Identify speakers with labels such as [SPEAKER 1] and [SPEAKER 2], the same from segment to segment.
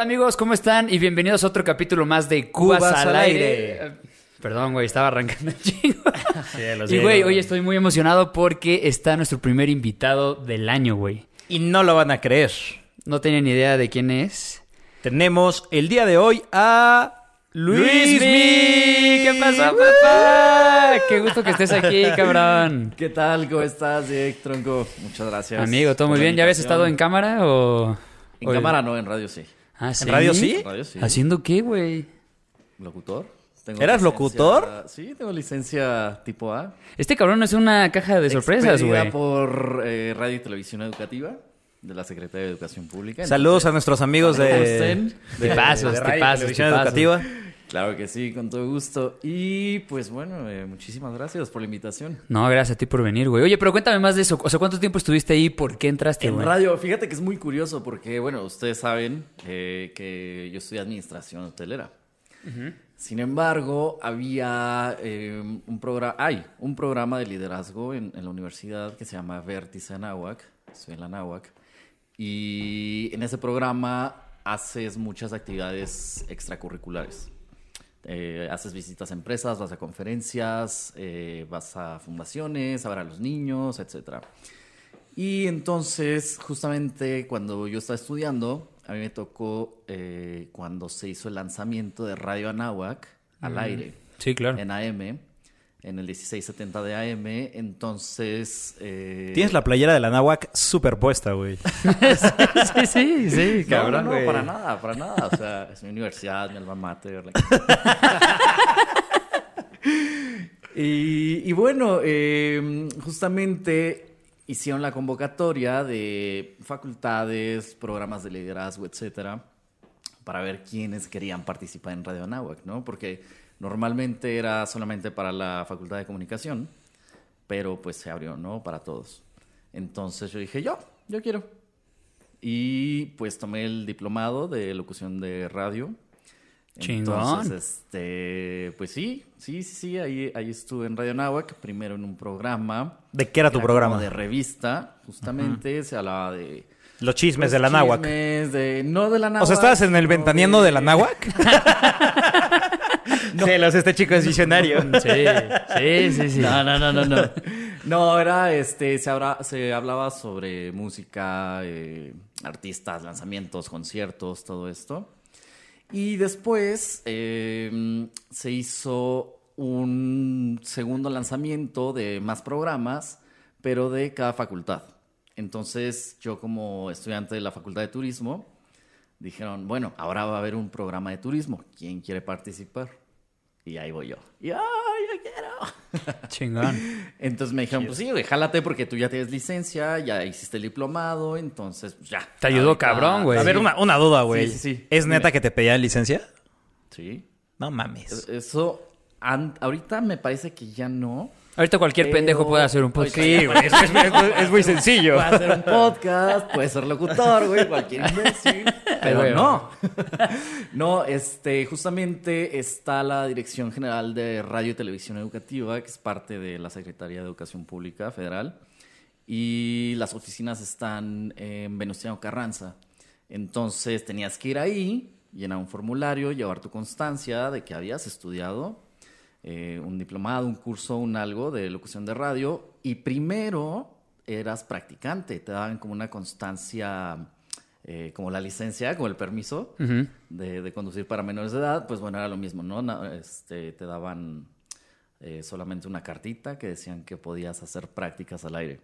[SPEAKER 1] amigos? ¿Cómo están? Y bienvenidos a otro capítulo más de Cubas, al, aire. Eh, Perdón, güey, estaba arrancando el chingo. y, güey, hoy estoy muy emocionado porque está nuestro primer invitado del año, güey.
[SPEAKER 2] Y no lo van a creer.
[SPEAKER 1] No tenía ni idea de quién es.
[SPEAKER 2] Tenemos el día de hoy a Luis Mi.
[SPEAKER 1] ¿Qué pasó, papá? Qué gusto que estés aquí, cabrón.
[SPEAKER 3] ¿Qué tal? ¿Cómo estás, Dick Tronco? Muchas gracias.
[SPEAKER 1] Amigo, ¿todo muy
[SPEAKER 3] por la
[SPEAKER 1] bien? ¿Ya habías
[SPEAKER 3] invitación.
[SPEAKER 1] estado en cámara o...?
[SPEAKER 3] En
[SPEAKER 1] o-
[SPEAKER 3] cámara no, en radio sí.
[SPEAKER 1] Ah, ¿sí?
[SPEAKER 2] radio sí?
[SPEAKER 3] En radio sí.
[SPEAKER 1] ¿Haciendo qué, güey?
[SPEAKER 3] ¿Locutor? Tengo
[SPEAKER 2] ¿Eras
[SPEAKER 3] licencia-
[SPEAKER 2] locutor?
[SPEAKER 3] Sí, tengo licencia tipo A.
[SPEAKER 1] Este cabrón es una caja de sorpresas,
[SPEAKER 3] Expedida
[SPEAKER 1] güey.
[SPEAKER 3] por eh, Radio y Televisión Educativa de la Secretaría de Educación Pública.
[SPEAKER 2] Saludos a nuestros amigos
[SPEAKER 3] ¿Cómo
[SPEAKER 2] de,
[SPEAKER 3] estén?
[SPEAKER 1] Te pasas, te
[SPEAKER 2] Radio y
[SPEAKER 1] pasas,
[SPEAKER 2] Televisión
[SPEAKER 1] te pasas.
[SPEAKER 2] Educativa.
[SPEAKER 3] Claro que sí, con todo gusto. Y pues bueno, eh, muchísimas gracias por la invitación.
[SPEAKER 1] No, gracias a ti por venir, güey. Oye, pero cuéntame más de eso. O sea, ¿cuánto tiempo estuviste ahí? ¿Por qué entraste,
[SPEAKER 3] En
[SPEAKER 1] güey?
[SPEAKER 3] radio, fíjate que es muy curioso porque, bueno, ustedes saben eh, que yo estudié administración hotelera. Sin embargo, había eh, un programa, hay un programa de liderazgo en, en la universidad que se llama Vértice Anáhuac, estoy en la Anáhuac, y en ese programa haces muchas actividades extracurriculares. Eh, haces visitas a empresas, vas a conferencias, eh, vas a fundaciones, a ver a los niños, etcétera. Y entonces, justamente cuando yo estaba estudiando, a mí me tocó eh, cuando se hizo el lanzamiento de Radio Anáhuac al aire,
[SPEAKER 1] Mm. Sí, claro.
[SPEAKER 3] en AM, en el 1670 de AM. Entonces. eh,
[SPEAKER 2] Tienes la playera de la Nahuac superpuesta, güey.
[SPEAKER 1] sí, sí, sí,
[SPEAKER 3] no,
[SPEAKER 1] cabrón,
[SPEAKER 3] no, no,
[SPEAKER 1] güey.
[SPEAKER 3] para nada, para nada. O sea, es mi universidad, mi alma mater. la- y, y bueno, eh, justamente hicieron la convocatoria de facultades, programas de liderazgo, etcétera, para ver quiénes querían participar en Radio Anáhuac, ¿no? Porque normalmente era solamente para la Facultad de Comunicación, pero pues se abrió, ¿no? Para todos. Entonces yo dije, yo, yo quiero. Y pues tomé el diplomado de locución de radio.
[SPEAKER 1] Chingón.
[SPEAKER 3] Entonces, este, pues sí, sí, sí, sí, ahí, ahí estuve en Radio Náhuac, primero en un programa.
[SPEAKER 2] ¿De qué era tu
[SPEAKER 3] Era
[SPEAKER 2] programa?
[SPEAKER 3] como De revista, justamente, se hablaba de...
[SPEAKER 2] Los chismes de la
[SPEAKER 3] los
[SPEAKER 2] Nahuac.
[SPEAKER 3] chismes de- no de la Náhuac.
[SPEAKER 2] O sea, ¿estabas en el
[SPEAKER 3] sino
[SPEAKER 2] ventaneando de la Nahuac? Celos, este chico es visionario.
[SPEAKER 1] Sí, sí, sí, sí.
[SPEAKER 3] No, no, no, no, no. No, era, este, se, habra- se hablaba sobre música, eh, artistas, lanzamientos, conciertos, todo esto. Y después eh, se hizo un segundo lanzamiento de más programas, pero de cada facultad. Entonces, yo como estudiante de la Facultad de Turismo, dijeron, bueno, ahora va a haber un programa de turismo. ¿Quién quiere participar? Y ahí voy yo. Y, ¡ay, yo quiero!
[SPEAKER 1] Chingón.
[SPEAKER 3] Entonces me dijeron, pues sí, güey, jálate porque tú ya tienes licencia, ya hiciste el diplomado, entonces pues ya.
[SPEAKER 1] Te ayudó
[SPEAKER 3] Ahorita-
[SPEAKER 1] cabrón, güey.
[SPEAKER 2] A ver, una, una duda, güey.
[SPEAKER 3] Sí, sí, sí.
[SPEAKER 2] ¿Es neta que te pedían licencia?
[SPEAKER 3] Sí. E-,
[SPEAKER 2] No mames.
[SPEAKER 3] Eso, an- ahorita me parece que ya no.
[SPEAKER 1] Ahorita cualquier
[SPEAKER 3] Pero-
[SPEAKER 1] pendejo puede hacer un podcast.
[SPEAKER 3] Sí,
[SPEAKER 2] güey. Es, muy sencillo.
[SPEAKER 3] Puede hacer un podcast, puede ser locutor, güey, cualquier imbécil. Pero
[SPEAKER 1] Güey.
[SPEAKER 3] no. No, este, justamente está la Dirección General de Radio y Televisión Educativa, que es parte de la Secretaría de Educación Pública Federal, y las oficinas están en Venustiano Carranza. Entonces tenías que ir ahí, llenar un formulario, llevar tu constancia de que habías estudiado eh, un diplomado, un curso, un algo de locución de radio, y primero eras practicante, te daban como una constancia, eh, como la licencia, como el permiso
[SPEAKER 1] Ujú.
[SPEAKER 3] de, de conducir para menores de edad, pues bueno, era lo mismo, ¿no? Na- este, te daban eh, solamente una cartita que decían que podías hacer prácticas al aire.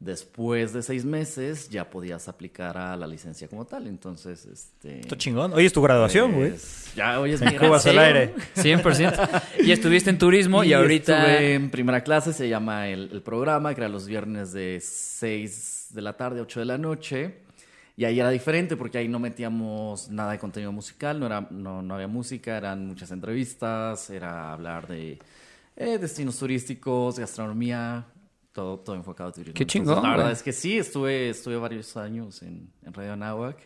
[SPEAKER 3] Después de seis meses ya podías aplicar a la licencia como tal, entonces, este...
[SPEAKER 2] Esto chingón. Hoy es tu graduación, güey.
[SPEAKER 3] pues, ya hoy es mi
[SPEAKER 2] Cubas al
[SPEAKER 3] graduación.
[SPEAKER 2] aire.
[SPEAKER 1] 100%. Y estuviste en turismo y, ahorita...
[SPEAKER 3] Estuve en primera clase, se llama el, el programa, que era los viernes de 6 de la tarde a 8 de la noche. Y ahí era diferente porque ahí no metíamos nada de contenido musical, no, era, no, no había música, eran muchas entrevistas, era hablar de eh, destinos turísticos, gastronomía, todo, todo enfocado a turismo.
[SPEAKER 1] Qué
[SPEAKER 3] Entonces,
[SPEAKER 1] chingón,
[SPEAKER 3] La verdad
[SPEAKER 1] güey.
[SPEAKER 3] es que sí, estuve, estuve varios años en, en Radio Anáhuac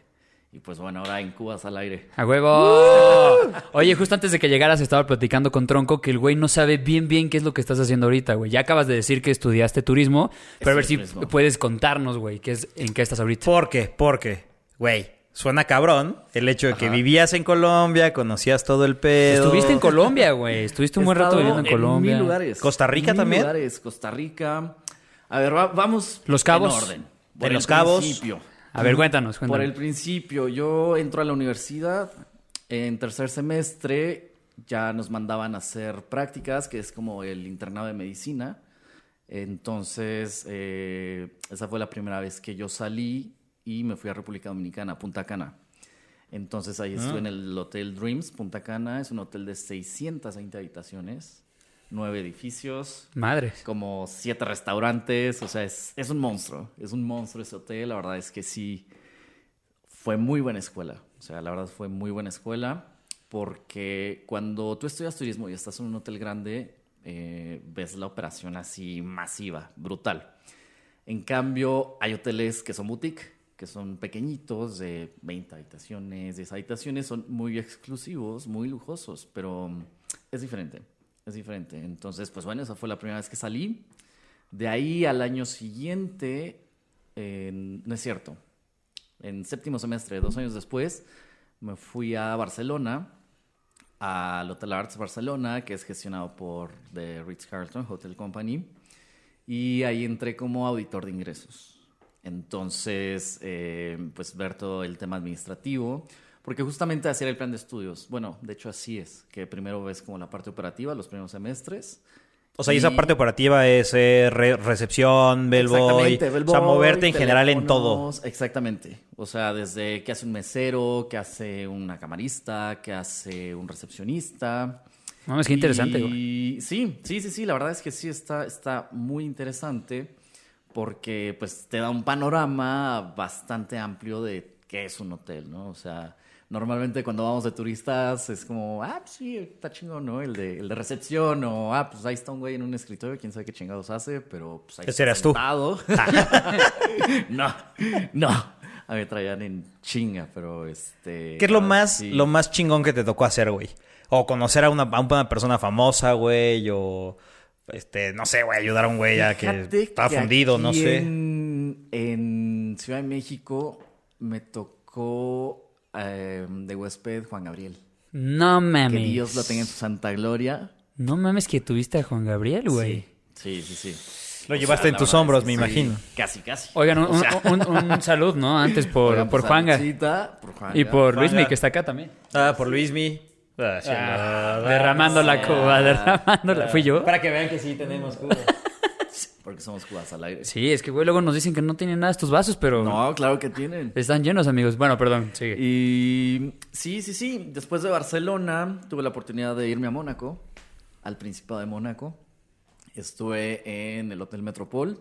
[SPEAKER 3] y pues bueno, ahora en Cubas al aire.
[SPEAKER 1] ¡A huevo! Oye, justo antes de que llegaras estaba platicando con Tronco que el güey no sabe bien bien qué es lo que estás haciendo ahorita, güey. Ya acabas de decir que estudiaste turismo, pero a ver si
[SPEAKER 3] turismo.
[SPEAKER 1] puedes contarnos, güey, qué es, en qué estás ahorita.
[SPEAKER 2] ¿Por qué? ¿Por qué? Güey, suena cabrón el hecho de que vivías en Colombia, conocías todo el pedo.
[SPEAKER 1] Estuviste en Colombia, güey. Estuviste un buen rato
[SPEAKER 3] He estado
[SPEAKER 1] viviendo en Colombia.
[SPEAKER 3] mil lugares.
[SPEAKER 2] ¿Costa Rica
[SPEAKER 3] Mil
[SPEAKER 2] también?
[SPEAKER 3] lugares, Costa Rica. A ver, va- vamos.
[SPEAKER 1] Los Cabos.
[SPEAKER 3] En orden.
[SPEAKER 2] En Los Cabos.
[SPEAKER 3] Principio.
[SPEAKER 1] A ver, cuéntanos,
[SPEAKER 3] Por
[SPEAKER 1] cuéntanos.
[SPEAKER 3] el principio, yo entro a la universidad en tercer semestre, ya nos mandaban a hacer prácticas, que es como el internado de medicina. Entonces, eh, esa fue la primera vez que yo salí y me fui a República Dominicana, a Punta Cana. Entonces ahí estuve en el Hotel Dreams, Punta Cana, es un hotel de 620 habitaciones, nueve edificios,
[SPEAKER 1] Madres.
[SPEAKER 3] como siete restaurantes, o sea, es, es un monstruo, es un monstruo ese hotel, la verdad es que sí, fue muy buena escuela, o sea, la verdad fue muy buena escuela, porque cuando tú estudias turismo y estás en un hotel grande, eh, ves la operación así masiva, brutal. En cambio, hay hoteles que son boutique, que son pequeñitos, de 20 habitaciones, 10 habitaciones, son muy exclusivos, muy lujosos, pero mm, es diferente, es diferente. Entonces, pues bueno, esa fue la primera vez que salí. De ahí al año siguiente, en- no es cierto, en séptimo semestre, dos años después, me fui a Barcelona, al Hotel Arts Barcelona, que es gestionado por The Ritz-Carlton Hotel Company. Y ahí entré como auditor de ingresos. Entonces, eh, pues ver todo el tema administrativo, porque justamente hacía el plan de estudios. Bueno, de hecho así es, que primero ves como la parte operativa, los primeros semestres.
[SPEAKER 2] O sea, y
[SPEAKER 3] y-
[SPEAKER 2] esa parte operativa es eh, re- recepción, bellboy,
[SPEAKER 3] Exactamente,
[SPEAKER 2] o sea,
[SPEAKER 3] bellboy,
[SPEAKER 2] moverte en general en todo.
[SPEAKER 3] teléfonos, Exactamente. O sea, desde qué hace un mesero, qué hace una camarista, qué hace un recepcionista.
[SPEAKER 1] Mames, qué interesante, güey.
[SPEAKER 3] Y sí, sí, sí, sí, la verdad es que sí está, está muy interesante porque pues te da un panorama bastante amplio de qué es un hotel, ¿no? O sea, normalmente cuando vamos de turistas es como, ah, pues sí, está chingón, ¿no? El de, el de recepción o, ah, pues ahí está un güey en un escritorio, quién sabe qué chingados hace, pero pues ahí
[SPEAKER 2] Ese
[SPEAKER 3] está
[SPEAKER 2] eras tú. Ah.
[SPEAKER 3] sentado". no, no. A mí me traían en chinga, pero este...
[SPEAKER 2] ¿Qué es lo
[SPEAKER 3] ahora
[SPEAKER 2] más,
[SPEAKER 3] sí.
[SPEAKER 2] lo más chingón que te tocó hacer, güey? O conocer a una, a una persona famosa, güey, o este, no sé, güey, ayudar a un güey ya que
[SPEAKER 3] Fíjate
[SPEAKER 2] está
[SPEAKER 3] que
[SPEAKER 2] fundido,
[SPEAKER 3] aquí
[SPEAKER 2] no sé.
[SPEAKER 3] En, en Ciudad de México me tocó eh, de huésped Juan Gabriel.
[SPEAKER 1] No
[SPEAKER 3] Que
[SPEAKER 1] mames.
[SPEAKER 3] Dios lo tenga en su santa gloria.
[SPEAKER 1] No mames que tuviste a Juan Gabriel, güey.
[SPEAKER 3] Sí, sí, sí.
[SPEAKER 2] Lo
[SPEAKER 3] O
[SPEAKER 2] llevaste
[SPEAKER 3] sea,
[SPEAKER 2] en
[SPEAKER 3] la
[SPEAKER 2] tus
[SPEAKER 3] verdad
[SPEAKER 2] hombros,
[SPEAKER 3] es
[SPEAKER 2] me
[SPEAKER 3] que sí,
[SPEAKER 2] imagino.
[SPEAKER 3] Casi, casi.
[SPEAKER 1] Oigan, un,
[SPEAKER 3] O sea,
[SPEAKER 1] un- un- un salud, ¿no? Antes por,
[SPEAKER 3] oigan,
[SPEAKER 1] por
[SPEAKER 3] pues,
[SPEAKER 1] Juanga.
[SPEAKER 3] saludcita Por Juanga.
[SPEAKER 1] Y por
[SPEAKER 2] Juanga.
[SPEAKER 1] Luismi, que está acá también.
[SPEAKER 2] Ah, por Luismi. Ah, sí, no.
[SPEAKER 1] derramando la cuba, derramando la... ¿Fui yo?
[SPEAKER 2] Para que vean que sí tenemos cuba.
[SPEAKER 3] Porque somos cubas al aire.
[SPEAKER 1] Sí, es que, güey, luego nos dicen que no tienen nada estos vasos, pero
[SPEAKER 3] No, claro que tienen.
[SPEAKER 1] están llenos, amigos. Bueno, perdón, sigue.
[SPEAKER 3] Y sí, sí, sí. Después de Barcelona tuve la oportunidad de irme a Mónaco, al Principado de Mónaco. Estuve en el Hotel Metropol.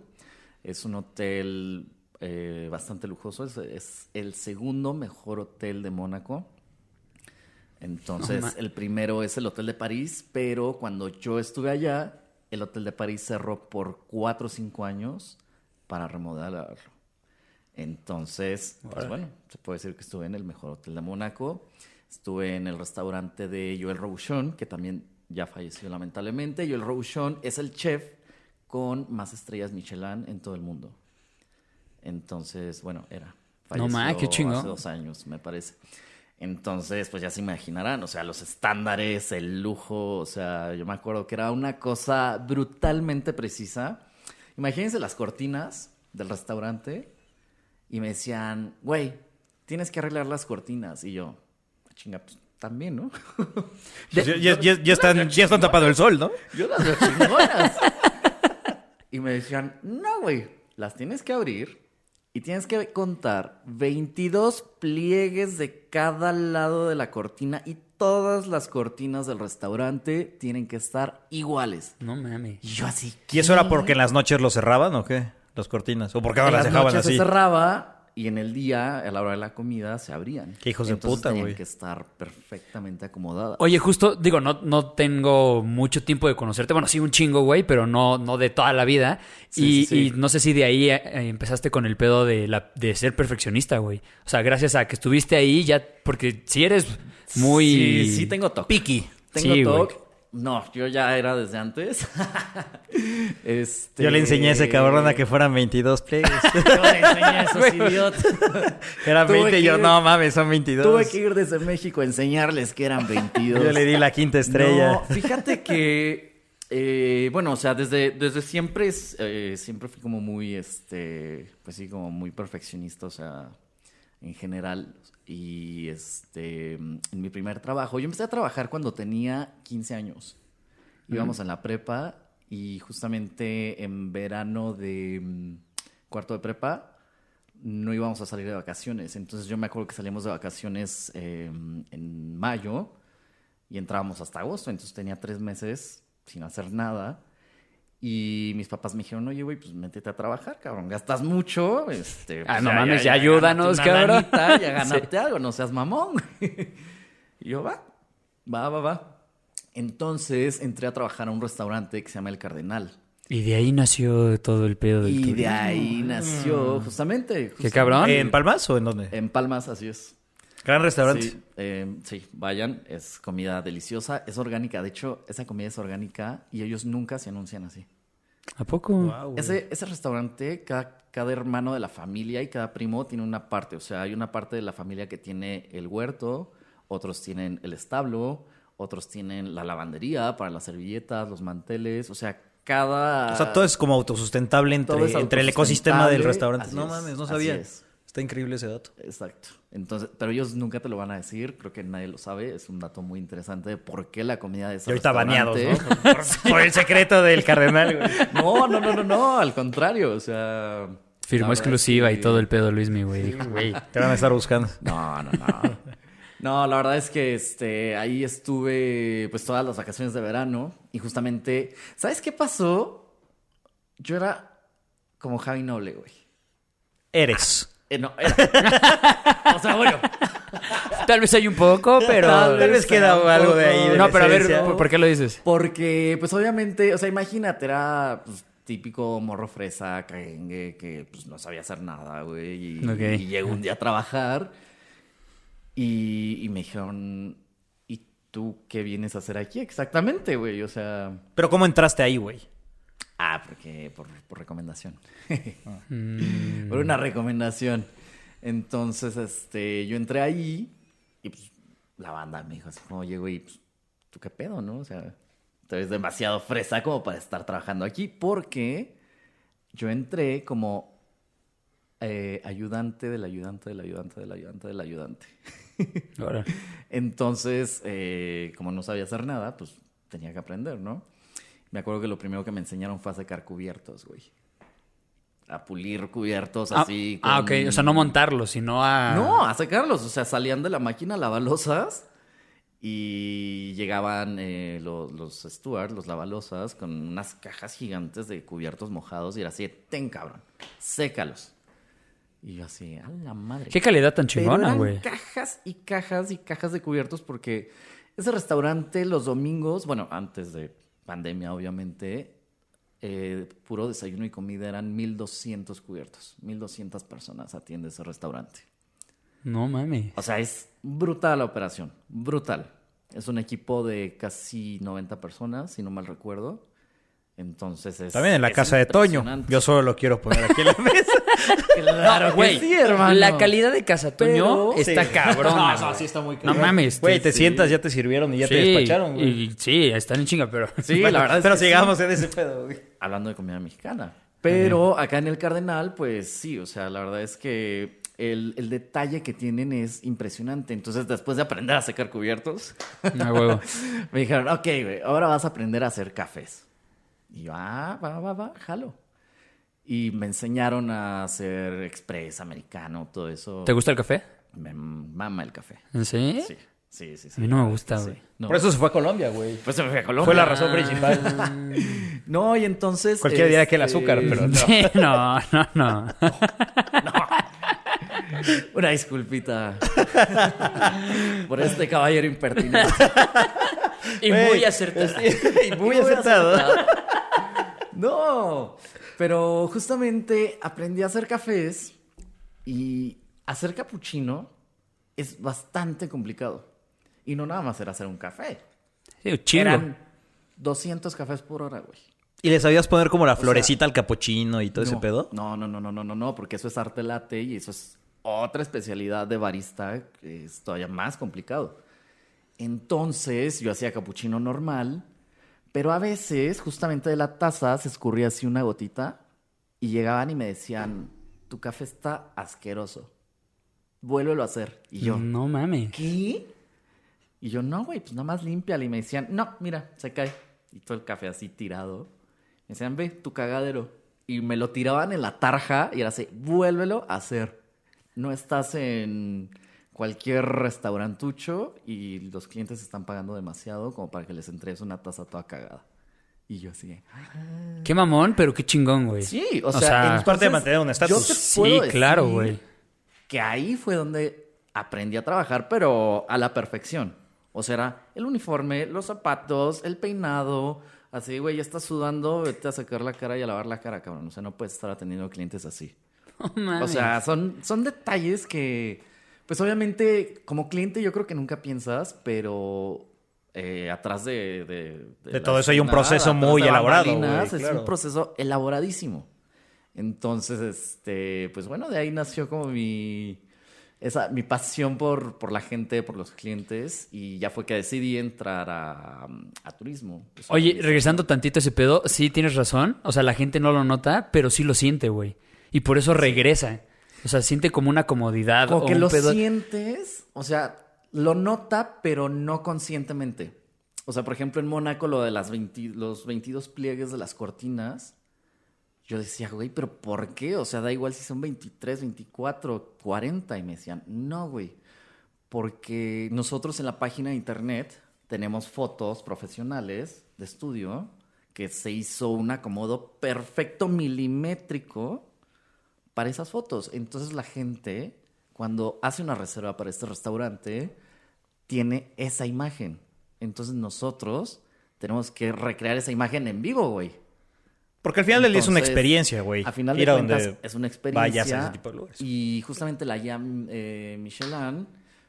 [SPEAKER 3] Es un hotel eh, bastante lujoso. Es, es el segundo mejor hotel de Mónaco. Entonces, el primero es el Hotel de París, pero cuando yo estuve allá, el Hotel de París cerró por cuatro o cinco años para remodelarlo. Entonces, pues bueno, se puede decir que estuve en el mejor hotel de Mónaco. Estuve en el restaurante de Joel Robuchon, que también ya falleció lamentablemente. Joel Robuchon es el chef con más estrellas Michelin en todo el mundo. Entonces, bueno, era.
[SPEAKER 1] No ma,
[SPEAKER 3] Falleció
[SPEAKER 1] qué chingón.
[SPEAKER 3] Hace dos años, me parece. Entonces, pues ya se imaginarán, o sea, los estándares, el lujo, o sea, yo me acuerdo que era una cosa brutalmente precisa. Imagínense las cortinas del restaurante y me decían, güey, tienes que arreglar las cortinas. Y yo, chinga, pues también, ¿no?
[SPEAKER 2] Ya, ya- ya- ya están, ya están tapado el sol, ¿no?
[SPEAKER 3] Yo las veo chingonas. y me decían, no, güey, las tienes que abrir y tienes que contar 22 pliegues de cada lado de la cortina y todas las cortinas del restaurante tienen que estar iguales.
[SPEAKER 1] No mames.
[SPEAKER 3] Y yo así.
[SPEAKER 2] ¿Y eso era porque en las noches los cerraban o qué? Las cortinas. ¿O porque ahora las
[SPEAKER 3] en las
[SPEAKER 2] dejaban
[SPEAKER 3] noches se
[SPEAKER 2] así?
[SPEAKER 3] cerraba y en el día, a la hora de la comida, se abrían.
[SPEAKER 2] Qué hijos de
[SPEAKER 3] Entonces
[SPEAKER 2] puta,
[SPEAKER 3] tenían
[SPEAKER 2] güey.
[SPEAKER 3] que estar perfectamente acomodadas.
[SPEAKER 1] Oye, justo, digo, no, no tengo mucho tiempo de conocerte. Bueno, sí, un chingo, güey, pero no, no de toda la vida.
[SPEAKER 3] Sí,
[SPEAKER 1] y,
[SPEAKER 3] sí, sí.
[SPEAKER 1] y no sé si de ahí eh, empezaste con el pedo de, la, de ser perfeccionista, güey. O sea, gracias a que estuviste ahí ya, porque si eres muy...
[SPEAKER 3] Sí, sí tengo toque.
[SPEAKER 1] Picky.
[SPEAKER 3] Tengo
[SPEAKER 1] Sí, güey.
[SPEAKER 3] TOC. No, yo ya era desde antes. Este-
[SPEAKER 2] Yo le enseñé a ese cabrón a que fueran 22 plays.
[SPEAKER 3] Yo le enseñé a esos idiotas.
[SPEAKER 2] Eran
[SPEAKER 3] Tuve
[SPEAKER 2] 20
[SPEAKER 3] que
[SPEAKER 2] y yo,
[SPEAKER 3] ir-
[SPEAKER 2] no mames, son 22.
[SPEAKER 3] Tuve que ir desde México a enseñarles que eran 22.
[SPEAKER 2] Yo le di la quinta estrella.
[SPEAKER 3] No, fíjate que, eh, bueno, o sea, desde, desde siempre, es, eh, siempre fui como muy, este, pues sí, como muy perfeccionista, o sea, en general. Y este, en mi primer trabajo, yo empecé a trabajar cuando tenía 15 años. Íbamos a la prepa y justamente en verano de mm, cuarto de prepa no íbamos a salir de vacaciones. Entonces yo me acuerdo que salíamos de vacaciones eh, en mayo y entrábamos hasta agosto. Entonces tenía tres meses sin hacer nada. Y mis papás me dijeron, oye, güey, pues métete a trabajar, cabrón. Gastas mucho. Este,
[SPEAKER 1] Ah,
[SPEAKER 3] pues,
[SPEAKER 1] no mames, ya
[SPEAKER 3] gánate
[SPEAKER 1] ayúdanos,
[SPEAKER 3] una
[SPEAKER 1] cabrón.
[SPEAKER 3] lanita, ya gánate algo, no seas mamón. y yo, va, va, va, va. Entonces entré a trabajar a un restaurante que se llama El Cardenal.
[SPEAKER 1] Y de ahí nació todo el pedo del
[SPEAKER 3] Y de
[SPEAKER 1] turismo.
[SPEAKER 3] ahí nació, justamente.
[SPEAKER 1] Mm. Qué
[SPEAKER 3] justamente.
[SPEAKER 1] cabrón.
[SPEAKER 2] ¿En Palmas o en dónde?
[SPEAKER 3] En Palmas, así es.
[SPEAKER 2] Gran restaurante.
[SPEAKER 3] Eh, Sí, eh, sí, vayan, es comida deliciosa, es orgánica. De hecho, esa comida es orgánica y ellos nunca se anuncian así.
[SPEAKER 1] ¿A poco?
[SPEAKER 2] Guau, Oh, güey.
[SPEAKER 3] Ese, ese restaurante, cada, cada hermano de la familia y cada primo tiene una parte. O sea, hay una parte de la familia que tiene el huerto, otros tienen el establo, otros tienen la lavandería para las servilletas, los manteles. O sea, cada.
[SPEAKER 2] O sea, todo es como autosustentable entre,
[SPEAKER 3] Todo es
[SPEAKER 2] entre el ecosistema del
[SPEAKER 3] autosustentable.
[SPEAKER 2] restaurante.
[SPEAKER 3] Así
[SPEAKER 2] no
[SPEAKER 3] es,
[SPEAKER 2] mames, no
[SPEAKER 3] así
[SPEAKER 2] sabía.
[SPEAKER 3] es.
[SPEAKER 2] Está increíble ese dato.
[SPEAKER 3] Exacto. Entonces, pero ellos nunca te lo van a decir, creo que nadie lo sabe, es un dato muy interesante de por qué la comida de ese
[SPEAKER 2] Y ahorita baneados,
[SPEAKER 3] restaurante-
[SPEAKER 2] ¿no? Por, por el secreto del cardenal, güey.
[SPEAKER 3] No, no, no, no, no, al contrario, o sea...
[SPEAKER 1] Firmó
[SPEAKER 3] la verdad
[SPEAKER 1] exclusiva
[SPEAKER 3] es
[SPEAKER 1] y
[SPEAKER 3] que-
[SPEAKER 1] todo el pedo Luis, mi güey. Dijo, güey.
[SPEAKER 2] Te van a estar buscando.
[SPEAKER 3] No, no, no. No, la verdad es que este, ahí estuve pues todas las vacaciones de verano y justamente, ¿sabes qué pasó? Yo era como Javi Noble, güey.
[SPEAKER 2] Eres.
[SPEAKER 3] Eh, no, era. O sea, bueno,
[SPEAKER 1] Tal vez hay un poco, pero.
[SPEAKER 2] Tal vez queda
[SPEAKER 3] tampoco.
[SPEAKER 2] algo de ahí. de
[SPEAKER 1] No, pero a ver,
[SPEAKER 2] esencia.
[SPEAKER 1] ¿por por qué lo dices?
[SPEAKER 3] Porque, pues obviamente, o sea, imagínate, era pues, típico morro fresa, cagengue, que pues no sabía hacer nada, güey. Y,
[SPEAKER 1] Ok.
[SPEAKER 3] y llegó un día a trabajar y, y me dijeron, ¿y tú qué vienes a hacer aquí exactamente, güey? O sea,
[SPEAKER 2] Pero ¿cómo entraste ahí, güey?
[SPEAKER 3] ah, porque por, por recomendación.
[SPEAKER 1] Mm,
[SPEAKER 3] por una recomendación. Entonces, este, yo entré ahí y pues la banda me dijo así como, oye, güey, pues, tú qué pedo, ¿no? O sea, te ves demasiado fresa como para estar trabajando aquí porque yo entré como eh, ayudante del ayudante del ayudante del ayudante del ayudante.
[SPEAKER 1] Ahora.
[SPEAKER 3] Entonces, eh, como no sabía hacer nada, pues tenía que aprender, ¿no? Me acuerdo que lo primero que me enseñaron fue a secar cubiertos, güey. A pulir cubiertos
[SPEAKER 1] Ah,
[SPEAKER 3] así.
[SPEAKER 1] ah, ok.
[SPEAKER 3] con-
[SPEAKER 1] O sea, no montarlo, sino a.
[SPEAKER 3] No, a secarlos. O sea, salían de la máquina lavalosas y llegaban eh, los, los stewards, los lavalosas, con unas cajas gigantes de cubiertos mojados y era así, ten cabrón, sécalos. Y yo así, a la madre.
[SPEAKER 1] Qué calidad tan
[SPEAKER 3] Pero
[SPEAKER 1] chingona,
[SPEAKER 3] eran
[SPEAKER 1] güey.
[SPEAKER 3] Cajas y cajas y cajas de cubiertos porque ese restaurante los domingos, bueno, antes de pandemia obviamente, eh, puro desayuno y comida eran 1200 cubiertos, 1200 personas atiende ese restaurante.
[SPEAKER 1] No mames.
[SPEAKER 3] O sea, es brutal la operación, brutal. Es un equipo de casi 90 personas, si no mal recuerdo. Entonces es
[SPEAKER 2] También en la
[SPEAKER 3] es
[SPEAKER 2] casa de Toño.
[SPEAKER 3] impresionante.
[SPEAKER 2] Yo solo lo quiero poner aquí en la mesa.
[SPEAKER 3] Claro que
[SPEAKER 1] Güey,
[SPEAKER 3] sí, hermano.
[SPEAKER 1] La calidad de Casa Toño
[SPEAKER 3] Pero-
[SPEAKER 1] está
[SPEAKER 2] Sí.
[SPEAKER 1] cabrona.
[SPEAKER 2] No, no,
[SPEAKER 1] güey.
[SPEAKER 2] sí está muy
[SPEAKER 1] No
[SPEAKER 2] cabrón.
[SPEAKER 1] mames.
[SPEAKER 2] Güey,
[SPEAKER 1] te-
[SPEAKER 2] te sientas, ya te sirvieron y ya te
[SPEAKER 1] sí,
[SPEAKER 2] despacharon, güey.
[SPEAKER 1] y- Sí, están en chinga, pero.
[SPEAKER 3] Sí, la verdad es
[SPEAKER 2] Pero
[SPEAKER 3] que sí.
[SPEAKER 2] sigamos en ese pedo, güey.
[SPEAKER 3] hablando de comida mexicana. Pero acá en el Cardenal, pues sí, o sea, la verdad es que el, el detalle que tienen es impresionante. Entonces, después de aprender a secar cubiertos,
[SPEAKER 1] No, huevo.
[SPEAKER 3] me dijeron, ok, güey, ahora vas a aprender a hacer cafés. Y yo, ah, va, va, va, jalo. Y me enseñaron a hacer express, americano, todo eso.
[SPEAKER 1] ¿Te gusta el café?
[SPEAKER 3] Me mama el café.
[SPEAKER 1] ¿Sí?
[SPEAKER 3] Sí, sí, sí. sí.
[SPEAKER 1] A mí no me gusta, güey.
[SPEAKER 3] No.
[SPEAKER 2] Por eso se fue a Colombia, güey.
[SPEAKER 3] Pues se me fue a Colombia.
[SPEAKER 2] Fue la razón principal.
[SPEAKER 3] No, y entonces...
[SPEAKER 2] Cualquiera dirá que el azúcar, pero no.
[SPEAKER 1] Sí, no, no, no.
[SPEAKER 3] Una disculpita por este caballero impertinente.
[SPEAKER 1] Y
[SPEAKER 2] Güey,
[SPEAKER 1] muy acertada.
[SPEAKER 2] Y muy acertado.
[SPEAKER 3] No, pero justamente aprendí a hacer cafés y hacer capuchino es bastante complicado. Y no nada más era hacer un café.
[SPEAKER 1] Sí, un chingo.
[SPEAKER 3] Eran 200 cafés por hora, güey.
[SPEAKER 2] ¿Y le sabías poner como la florecita al capuchino y todo
[SPEAKER 3] no,
[SPEAKER 2] ese pedo?
[SPEAKER 3] No, no, no, no, no, no, no, porque eso es arte latte y eso es otra especialidad de barista que es todavía más complicado. Entonces yo hacía capuchino normal, pero a veces justamente de la taza se escurría así una gotita y llegaban y me decían, tu café está asqueroso, vuélvelo a hacer. Y yo,
[SPEAKER 1] No mames.
[SPEAKER 3] ¿qué? Y yo, no, güey, pues nada más límpiala. Y me decían, no, mira, se cae. Y todo el café así tirado. Me decían, ve, tu cagadero. Y me lo tiraban en la tarja y era así, vuélvelo a hacer. No estás en cualquier restaurantucho y los clientes están pagando demasiado como para que les entregues una taza toda cagada. Y yo así,
[SPEAKER 1] Qué mamón, pero qué chingón, güey.
[SPEAKER 3] sí, o,
[SPEAKER 1] O
[SPEAKER 3] sea,
[SPEAKER 1] sea,
[SPEAKER 2] Es parte de mantener un
[SPEAKER 3] yo
[SPEAKER 2] estatus.
[SPEAKER 3] te
[SPEAKER 1] Sí,
[SPEAKER 3] puedo
[SPEAKER 1] claro,
[SPEAKER 3] decir
[SPEAKER 1] güey.
[SPEAKER 3] Que ahí fue donde aprendí a trabajar, pero a la perfección. O sea, era el uniforme, los zapatos, el peinado. Así, güey, ya estás sudando, vete a sacar la cara y a lavar la cara, cabrón. O sea, no puedes estar atendiendo clientes así.
[SPEAKER 1] No mames.
[SPEAKER 3] O sea, son, son detalles que, pues obviamente, como cliente yo creo que nunca piensas, pero eh, atrás de...
[SPEAKER 2] De
[SPEAKER 3] la
[SPEAKER 2] todo eso hay un
[SPEAKER 3] escena,
[SPEAKER 2] proceso
[SPEAKER 3] atrás
[SPEAKER 2] muy
[SPEAKER 3] de
[SPEAKER 2] elaborado,
[SPEAKER 3] bambalinas,
[SPEAKER 2] güey,
[SPEAKER 3] Es
[SPEAKER 2] claro.
[SPEAKER 3] un proceso elaboradísimo. Entonces, este, pues bueno, de ahí nació como mi... Esa, mi pasión por, por la gente, por los clientes, y ya fue que decidí entrar a, a turismo. Pues,
[SPEAKER 1] Oye,
[SPEAKER 3] turismo.
[SPEAKER 1] regresando tantito a ese pedo, sí tienes razón. O sea, la gente no lo nota, pero sí lo siente, güey. Y por eso regresa. O sea, siente como una comodidad
[SPEAKER 3] Como
[SPEAKER 1] o
[SPEAKER 3] que
[SPEAKER 1] un
[SPEAKER 3] lo
[SPEAKER 1] pedo.
[SPEAKER 3] sientes, o sea, lo nota, pero no conscientemente. O sea, por ejemplo, en Mónaco, lo de las 20 los 22 pliegues de las cortinas, yo decía, güey, pero ¿por qué? O sea, da igual si son 23, 24, 40. Y me decían, no, güey, porque nosotros en la página de internet tenemos fotos profesionales de estudio que se hizo un acomodo perfecto milimétrico para esas fotos. Entonces la gente, cuando hace una reserva para este restaurante, tiene esa imagen. Entonces nosotros tenemos que recrear esa imagen en vivo, güey.
[SPEAKER 2] Porque al final del día es una
[SPEAKER 3] Entonces,
[SPEAKER 2] experiencia, güey.
[SPEAKER 3] A final de
[SPEAKER 2] Ir a
[SPEAKER 3] cuentas,
[SPEAKER 2] donde
[SPEAKER 3] es una experiencia.
[SPEAKER 2] vayas a ese tipo de lugares.
[SPEAKER 3] Y justamente la ya eh, Michelin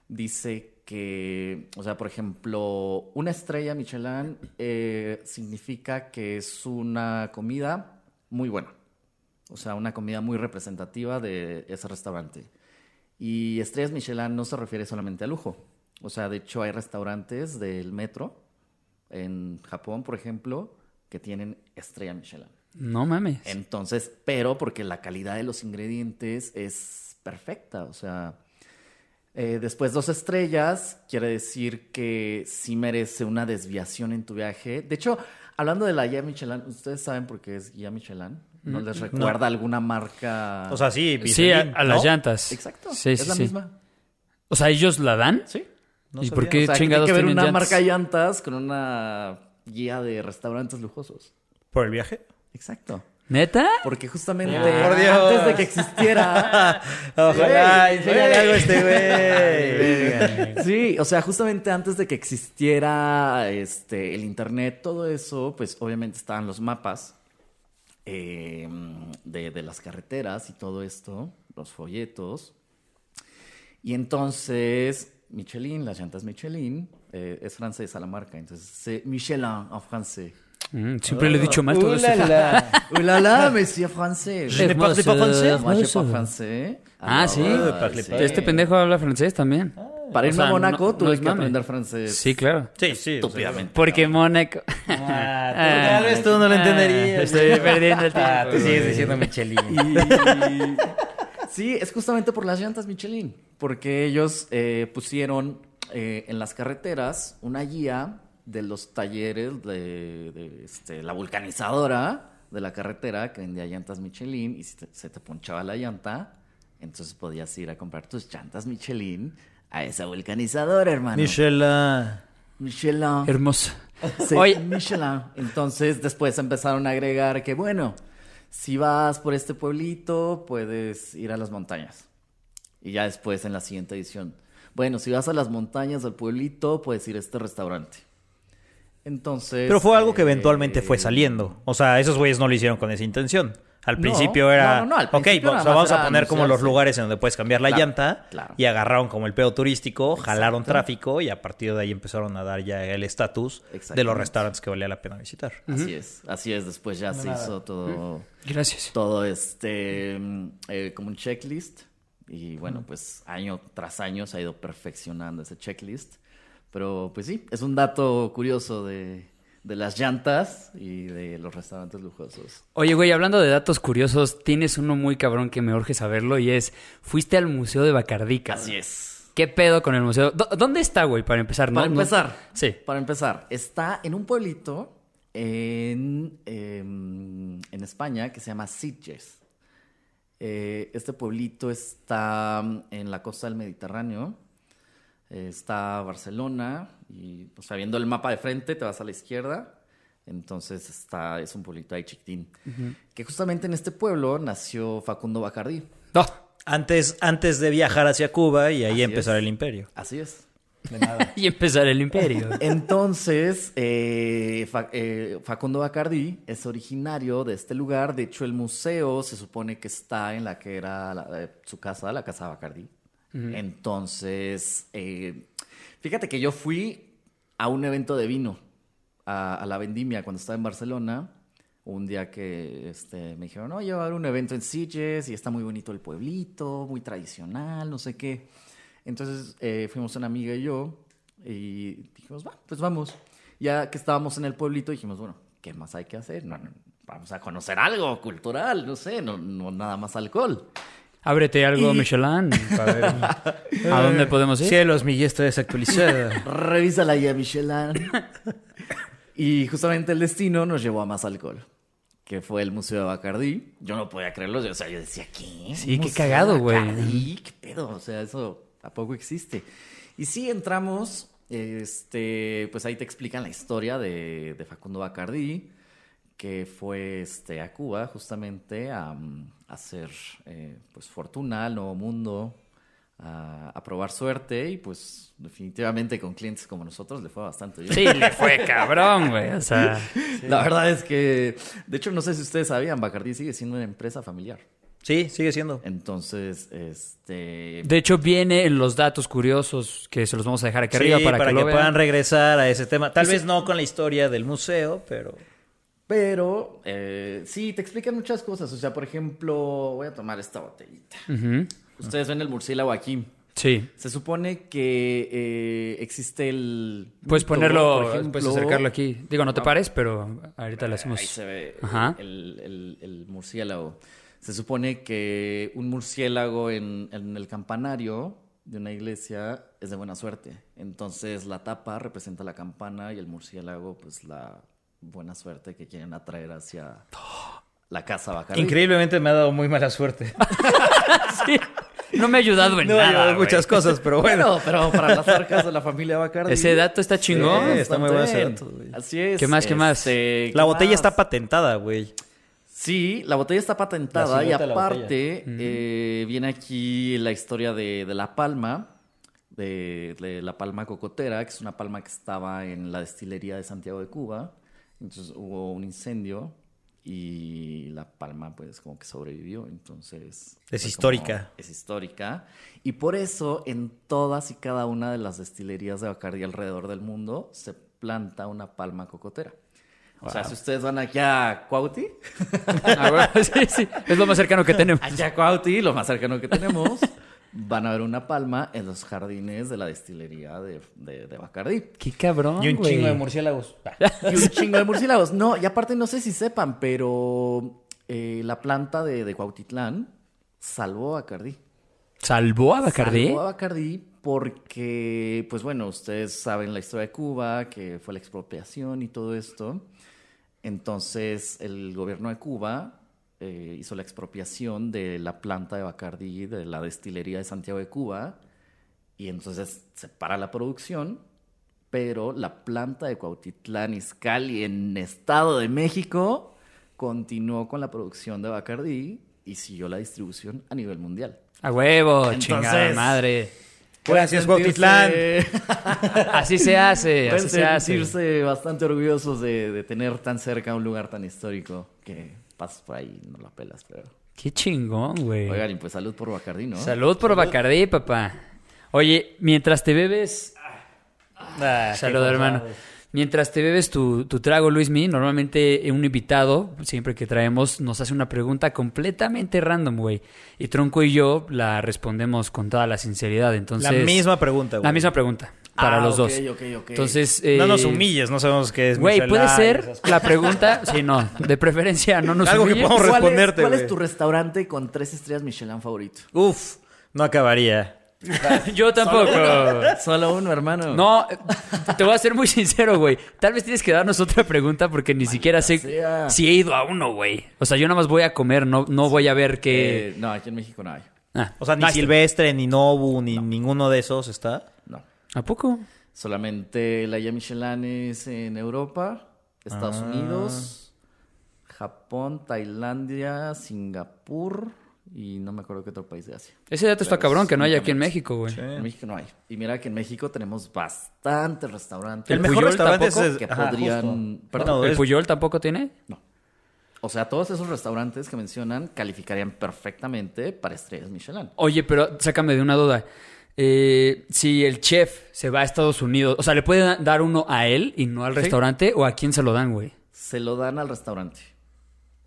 [SPEAKER 3] dice que, o sea, por ejemplo, una estrella Michelin eh, significa que es una comida muy buena. O sea, una comida muy representativa de ese restaurante. Y estrellas Michelin no se refiere solamente a lujo. O sea, de hecho hay restaurantes del metro en Japón, por ejemplo, que tienen estrella Michelin.
[SPEAKER 1] No mames.
[SPEAKER 3] Entonces, pero porque la calidad de los ingredientes es perfecta, o sea, eh, después dos estrellas quiere decir que sí merece una desviación en tu viaje. De hecho, hablando de la guía Michelin, ustedes saben por qué es guía Michelin, ¿no les recuerda alguna marca?
[SPEAKER 2] Mm, O sea, sí,
[SPEAKER 1] Sí, a,
[SPEAKER 2] Michelin,
[SPEAKER 1] a las
[SPEAKER 2] ¿no?
[SPEAKER 1] llantas.
[SPEAKER 3] exacto,
[SPEAKER 1] Sí,
[SPEAKER 3] es
[SPEAKER 1] sí,
[SPEAKER 3] la
[SPEAKER 1] sí.
[SPEAKER 3] misma,
[SPEAKER 1] O sea, ellos la dan.
[SPEAKER 3] sí.
[SPEAKER 2] No
[SPEAKER 1] ¿Y
[SPEAKER 2] sabía.
[SPEAKER 1] por qué
[SPEAKER 3] O sea, que
[SPEAKER 1] chingados
[SPEAKER 3] tiene que ver
[SPEAKER 1] tienen
[SPEAKER 3] una
[SPEAKER 1] llantas?
[SPEAKER 3] marca llantas con una guía de restaurantes lujosos.
[SPEAKER 2] ¿Por el viaje?
[SPEAKER 3] Exacto.
[SPEAKER 1] ¿Neta?
[SPEAKER 3] Porque justamente
[SPEAKER 2] por Dios.
[SPEAKER 3] antes de que existiera
[SPEAKER 2] Ojalá,
[SPEAKER 3] Güey,
[SPEAKER 2] enséñale
[SPEAKER 3] güey.
[SPEAKER 2] algo a este güey.
[SPEAKER 3] Sí, o sea, justamente antes de que existiera este, el internet, todo eso, pues obviamente estaban los mapas eh, de, de las carreteras y todo esto, los folletos. Y entonces, Michelin, las llantas Michelin, eh, es francesa la marca, entonces se- Michelin en francés.
[SPEAKER 1] Mm, siempre le he dicho mal todo eso.
[SPEAKER 3] ¡Ulala, monsieur francés!
[SPEAKER 2] Je ne parle pas français.
[SPEAKER 3] Moi, je parle français.
[SPEAKER 1] Ah, sí.
[SPEAKER 2] parle pas.
[SPEAKER 1] Este pendejo habla francés también.
[SPEAKER 3] Ah, Para
[SPEAKER 1] O
[SPEAKER 3] irme
[SPEAKER 1] sea,
[SPEAKER 3] a
[SPEAKER 1] no-
[SPEAKER 3] Mónaco
[SPEAKER 1] no
[SPEAKER 3] tuve
[SPEAKER 1] es
[SPEAKER 3] que
[SPEAKER 1] mame.
[SPEAKER 3] aprender francés.
[SPEAKER 1] Sí, claro.
[SPEAKER 2] Sí, sí. o sea,
[SPEAKER 3] Estúpidamente.
[SPEAKER 1] Porque Mónaco.
[SPEAKER 2] Ah, tú- tal vez tú no lo
[SPEAKER 1] Ah,
[SPEAKER 2] entenderías.
[SPEAKER 1] Estoy perdiendo el tiempo.
[SPEAKER 2] Ah, tú
[SPEAKER 1] güey.
[SPEAKER 2] sigues diciendo Michelin.
[SPEAKER 3] Sí, es justamente por las llantas Michelin, porque ellos eh, pusieron eh, en las carreteras una guía de los talleres de, de, este, la vulcanizadora de la carretera que vendía llantas Michelin y si te- se te ponchaba la llanta, entonces podías ir a comprar tus llantas Michelin a esa vulcanizadora, hermano.
[SPEAKER 2] Michelin.
[SPEAKER 3] Michelin.
[SPEAKER 1] Hermoso.
[SPEAKER 3] Sí,
[SPEAKER 1] Oye.
[SPEAKER 3] Michelin. Entonces después empezaron a agregar que, bueno, si vas por este pueblito, puedes ir a las montañas. Y ya después en la siguiente edición, bueno, si vas a las montañas del pueblito, puedes ir a este restaurante. Entonces...
[SPEAKER 2] Pero fue algo que eventualmente
[SPEAKER 3] eh,
[SPEAKER 2] fue saliendo. O sea, esos güeyes no lo hicieron con esa intención. Al
[SPEAKER 3] No,
[SPEAKER 2] principio era.
[SPEAKER 3] no, no, no, al
[SPEAKER 2] ok,
[SPEAKER 3] principio
[SPEAKER 2] va- o sea,
[SPEAKER 3] nada más
[SPEAKER 2] vamos a
[SPEAKER 3] era
[SPEAKER 2] poner como los
[SPEAKER 3] anunciarse.
[SPEAKER 2] lugares en donde puedes cambiar la
[SPEAKER 3] Claro,
[SPEAKER 2] llanta.
[SPEAKER 3] claro.
[SPEAKER 2] Y agarraron como el pedo turístico, jalaron tráfico y a partir de ahí empezaron a dar ya el estatus de los
[SPEAKER 3] Exactamente.
[SPEAKER 2] restaurantes que valía la pena visitar.
[SPEAKER 3] Así es, así es. Después ya se hizo todo,
[SPEAKER 1] Gracias.
[SPEAKER 3] todo este, mm, eh, como un checklist. Y bueno, pues año tras año se ha ido perfeccionando ese checklist. Pero pues sí, es un dato curioso de, de las llantas y de los restaurantes lujosos.
[SPEAKER 1] Oye, güey, hablando de datos curiosos, tienes uno muy cabrón que me urge saberlo y es, fuiste al Museo de Bacardí, cabrón.
[SPEAKER 3] Así es.
[SPEAKER 1] ¿Qué pedo con el museo? ¿Dó- ¿Dónde está, güey, para empezar?
[SPEAKER 3] Para
[SPEAKER 1] No, no-
[SPEAKER 3] empezar.
[SPEAKER 1] Sí.
[SPEAKER 3] Para empezar, está en un pueblito en, eh, en España que se llama Sitges. Eh, este pueblito está em, en la costa del Mediterráneo. Eh, está Barcelona y, o sea, viendo el mapa de frente, te vas a la izquierda. Entonces está, es un pueblito ahí chiquitín. Que justamente en este pueblo nació Facundo Bacardí.
[SPEAKER 1] No.
[SPEAKER 2] Antes, antes de viajar hacia Cuba y ahí
[SPEAKER 3] Así
[SPEAKER 2] empezar
[SPEAKER 3] es.
[SPEAKER 2] el imperio.
[SPEAKER 3] Así es.
[SPEAKER 1] y empezar el imperio.
[SPEAKER 3] Entonces, eh, Fa- eh, Facundo Bacardí es originario de este lugar. De hecho, el museo se supone que está en la que era la- eh, su casa, la casa Bacardí. Entonces, eh, fíjate que yo fui a un evento de vino, a, a la vendimia, cuando estaba en Barcelona. Un día que este, me dijeron, no, va a haber un evento en Sitges y está muy bonito el pueblito, muy tradicional, no sé qué. Entonces eh, fuimos una amiga y yo y dijimos, va, pues vamos. Ya que estábamos en el pueblito, dijimos, bueno, ¿qué más hay que hacer? No, no, vamos a conocer algo cultural, no sé, no, no nada más alcohol.
[SPEAKER 1] Ábrete algo, Michelin, para ver a dónde podemos ir.
[SPEAKER 2] Cielos, mi guía está desactualizada.
[SPEAKER 3] Revísala ya, Michelin. y justamente el destino nos llevó a más alcohol, que fue el Museo de Bacardí. Yo no podía creerlo, o sea, yo decía, ¿qué?
[SPEAKER 1] Sí, qué
[SPEAKER 3] ¿Museo
[SPEAKER 1] cagado, güey.
[SPEAKER 3] Bacardí? ¿Qué pedo? O sea, eso tampoco existe. Y sí, entramos, este, pues ahí te explican la historia de, de Facundo Bacardí, que fue este, a Cuba justamente a, mm, a hacer eh, pues, fortuna al nuevo mundo, a, a probar suerte y pues definitivamente con clientes como nosotros le fue bastante bien.
[SPEAKER 1] Sí, le fue cabrón, güey. O sea,
[SPEAKER 3] La verdad es que, de hecho, no sé si ustedes sabían, Bacardí sigue siendo una empresa familiar.
[SPEAKER 2] sí, sigue siendo.
[SPEAKER 3] Entonces, este...
[SPEAKER 1] de hecho, vienen los datos curiosos que se los vamos a dejar aquí
[SPEAKER 2] Sí,
[SPEAKER 1] arriba para, que, lo
[SPEAKER 2] puedan
[SPEAKER 1] vean.
[SPEAKER 2] regresar a ese tema. Tal vez no con la historia del museo, pero.
[SPEAKER 3] Pero, eh, sí, te explican muchas cosas. O sea, por ejemplo, voy a tomar esta botellita.
[SPEAKER 1] Ujú.
[SPEAKER 3] Ustedes ven el murciélago aquí.
[SPEAKER 1] Sí.
[SPEAKER 3] Se supone que eh, existe el...
[SPEAKER 1] Puedes
[SPEAKER 3] mito, por
[SPEAKER 1] ponerlo,
[SPEAKER 3] ejemplo-
[SPEAKER 1] puedes acercarlo aquí. Digo, no te pares, pero ahorita lo hacemos.
[SPEAKER 3] Ahí se ve
[SPEAKER 1] Ajá.
[SPEAKER 3] el, el- el murciélago. Se supone que un murciélago en, en el campanario de una iglesia es de buena suerte. Entonces la tapa representa la campana y el murciélago, pues la buena suerte que quieren atraer hacia la casa Bacardí.
[SPEAKER 2] Increíblemente me ha dado muy mala suerte.
[SPEAKER 1] Sí. No me ha ayudado en
[SPEAKER 2] No
[SPEAKER 1] Ah, nada.
[SPEAKER 2] ha ayudado en
[SPEAKER 1] güey.
[SPEAKER 2] muchas cosas, pero bueno.
[SPEAKER 3] Bueno, pero para las arcas de la familia Bacardi.
[SPEAKER 1] Ese dato está chingón.
[SPEAKER 2] Sí, está muy bueno ese dato, güey.
[SPEAKER 3] Así es.
[SPEAKER 1] ¿Qué más, qué más?
[SPEAKER 3] Este,
[SPEAKER 2] La
[SPEAKER 3] ¿qué
[SPEAKER 2] botella
[SPEAKER 3] más?
[SPEAKER 2] está patentada, güey.
[SPEAKER 3] Sí, la botella está
[SPEAKER 2] La
[SPEAKER 3] patentada y
[SPEAKER 2] silueta de la
[SPEAKER 3] aparte eh, viene aquí la historia de, de la palma, de, de la palma cocotera, que es una palma que estaba en la destilería de Santiago de Cuba. Entonces hubo un incendio y la palma pues como que sobrevivió, entonces... fue como-
[SPEAKER 2] histórica.
[SPEAKER 3] es histórica. Y por eso en todas y cada una de las destilerías de Bacardi alrededor del mundo se planta una palma cocotera. O sea, si ustedes van aquí a Cuauti,
[SPEAKER 1] Ah, güey, sí, sí. Es lo más cercano que tenemos.
[SPEAKER 3] Allá Cuauti, lo más cercano que tenemos, van a ver una palma en los jardines de la destilería de, de, de Bacardí.
[SPEAKER 1] Qué cabrón. güey.
[SPEAKER 2] murciélagos. Ah,
[SPEAKER 3] Y un chingo de murciélagos. No, y aparte no sé si sepan, pero eh, la planta de, de Cuautitlán salvó a Bacardí.
[SPEAKER 1] ¿Salvó a Bacardí?
[SPEAKER 3] Salvó a Bacardí porque, pues bueno, ustedes saben la historia de Cuba, que fue la expropiación y todo esto. Entonces, el gobierno de Cuba eh, hizo la expropiación de la planta de Bacardí, de la destilería de Santiago de Cuba, y entonces se para la producción, pero la planta de Cuautitlán Izcalli en Estado de México continuó con la producción de Bacardí y siguió la distribución a nivel mundial.
[SPEAKER 1] A huevo,
[SPEAKER 3] Entonces-
[SPEAKER 1] chingada madre.
[SPEAKER 2] Gracias, Cuautitlán.
[SPEAKER 1] Así se hace,
[SPEAKER 3] Pueden
[SPEAKER 1] así se hace.
[SPEAKER 3] sentirse bastante orgullosos de, de tener tan cerca un lugar tan histórico que pasas por ahí y no la pelas, pero...
[SPEAKER 1] Qué chingón, güey.
[SPEAKER 3] Oigan, y pues salud por Bacardí, ¿no?
[SPEAKER 1] Salud por Bacardí, papá. Oye, mientras te bebes.
[SPEAKER 2] Ah, qué
[SPEAKER 1] Salud,
[SPEAKER 2] cosa,
[SPEAKER 1] hermano.
[SPEAKER 2] güey.
[SPEAKER 1] Mientras te bebes tu, tu trago, Luismi, normalmente un invitado, siempre que traemos, nos hace una pregunta completamente random, güey. Y Tronco y yo la respondemos con toda la sinceridad. Entonces,
[SPEAKER 2] La misma pregunta, güey.
[SPEAKER 1] La misma pregunta para
[SPEAKER 3] Ah,
[SPEAKER 1] los
[SPEAKER 3] ok,
[SPEAKER 1] dos.
[SPEAKER 3] ok, ok.
[SPEAKER 1] Entonces,
[SPEAKER 2] No
[SPEAKER 1] eh,
[SPEAKER 2] nos humilles, no sabemos qué es.
[SPEAKER 1] Güey, puede
[SPEAKER 2] Michelin,
[SPEAKER 1] ser
[SPEAKER 2] esas-
[SPEAKER 1] la pregunta. Sí, no, de preferencia no nos
[SPEAKER 2] Algo que
[SPEAKER 1] humilles.
[SPEAKER 2] podamos
[SPEAKER 3] ¿Cuál es-
[SPEAKER 2] responderte,
[SPEAKER 3] ¿Cuál es
[SPEAKER 2] güey.
[SPEAKER 3] tu restaurante con tres estrellas Michelin favorito?
[SPEAKER 2] Uf, no acabaría.
[SPEAKER 1] Yo tampoco.
[SPEAKER 3] Solo uno, hermano.
[SPEAKER 1] No, te voy a ser muy sincero, güey. Tal vez tienes que darnos otra pregunta porque ni siquiera sé
[SPEAKER 3] sea.
[SPEAKER 1] si he ido a uno, güey. O sea, yo nada más voy a comer, no, no voy a ver qué.
[SPEAKER 3] Eh, no, aquí en México no hay.
[SPEAKER 1] Ah,
[SPEAKER 2] O sea, ni
[SPEAKER 1] no,
[SPEAKER 2] Silvestre, ni Nobu, ni ninguno de esos está.
[SPEAKER 3] No.
[SPEAKER 1] ¿A poco?
[SPEAKER 3] Solamente la guía Michelin es en Europa, Estados Unidos, Japón, Tailandia, Singapur y no me acuerdo qué otro país de Asia.
[SPEAKER 1] Ese dato está
[SPEAKER 3] Pero
[SPEAKER 1] cabrón que no hay aquí en
[SPEAKER 3] únicamente.
[SPEAKER 1] México, güey.
[SPEAKER 2] Eh.
[SPEAKER 3] En México no hay. Y mira que en México tenemos bastantes restaurantes.
[SPEAKER 2] El mejor
[SPEAKER 1] Puyol
[SPEAKER 2] restaurante es-
[SPEAKER 1] tampoco,
[SPEAKER 2] es.
[SPEAKER 3] que
[SPEAKER 2] ajá,
[SPEAKER 3] podrían-
[SPEAKER 2] justo.
[SPEAKER 3] Perdón,
[SPEAKER 2] No,
[SPEAKER 1] ¿El
[SPEAKER 2] es-
[SPEAKER 1] Puyol tampoco tiene?
[SPEAKER 3] O sea, todos esos restaurantes que mencionan calificarían perfectamente para estrellas Michelin.
[SPEAKER 1] Oye, pero sácame de una duda. Eh, si el chef se va a Estados Unidos, o sea, ¿le puede da- dar uno a él y no al restaurante? ¿O a quién se lo dan, güey?
[SPEAKER 3] Se lo dan al restaurante.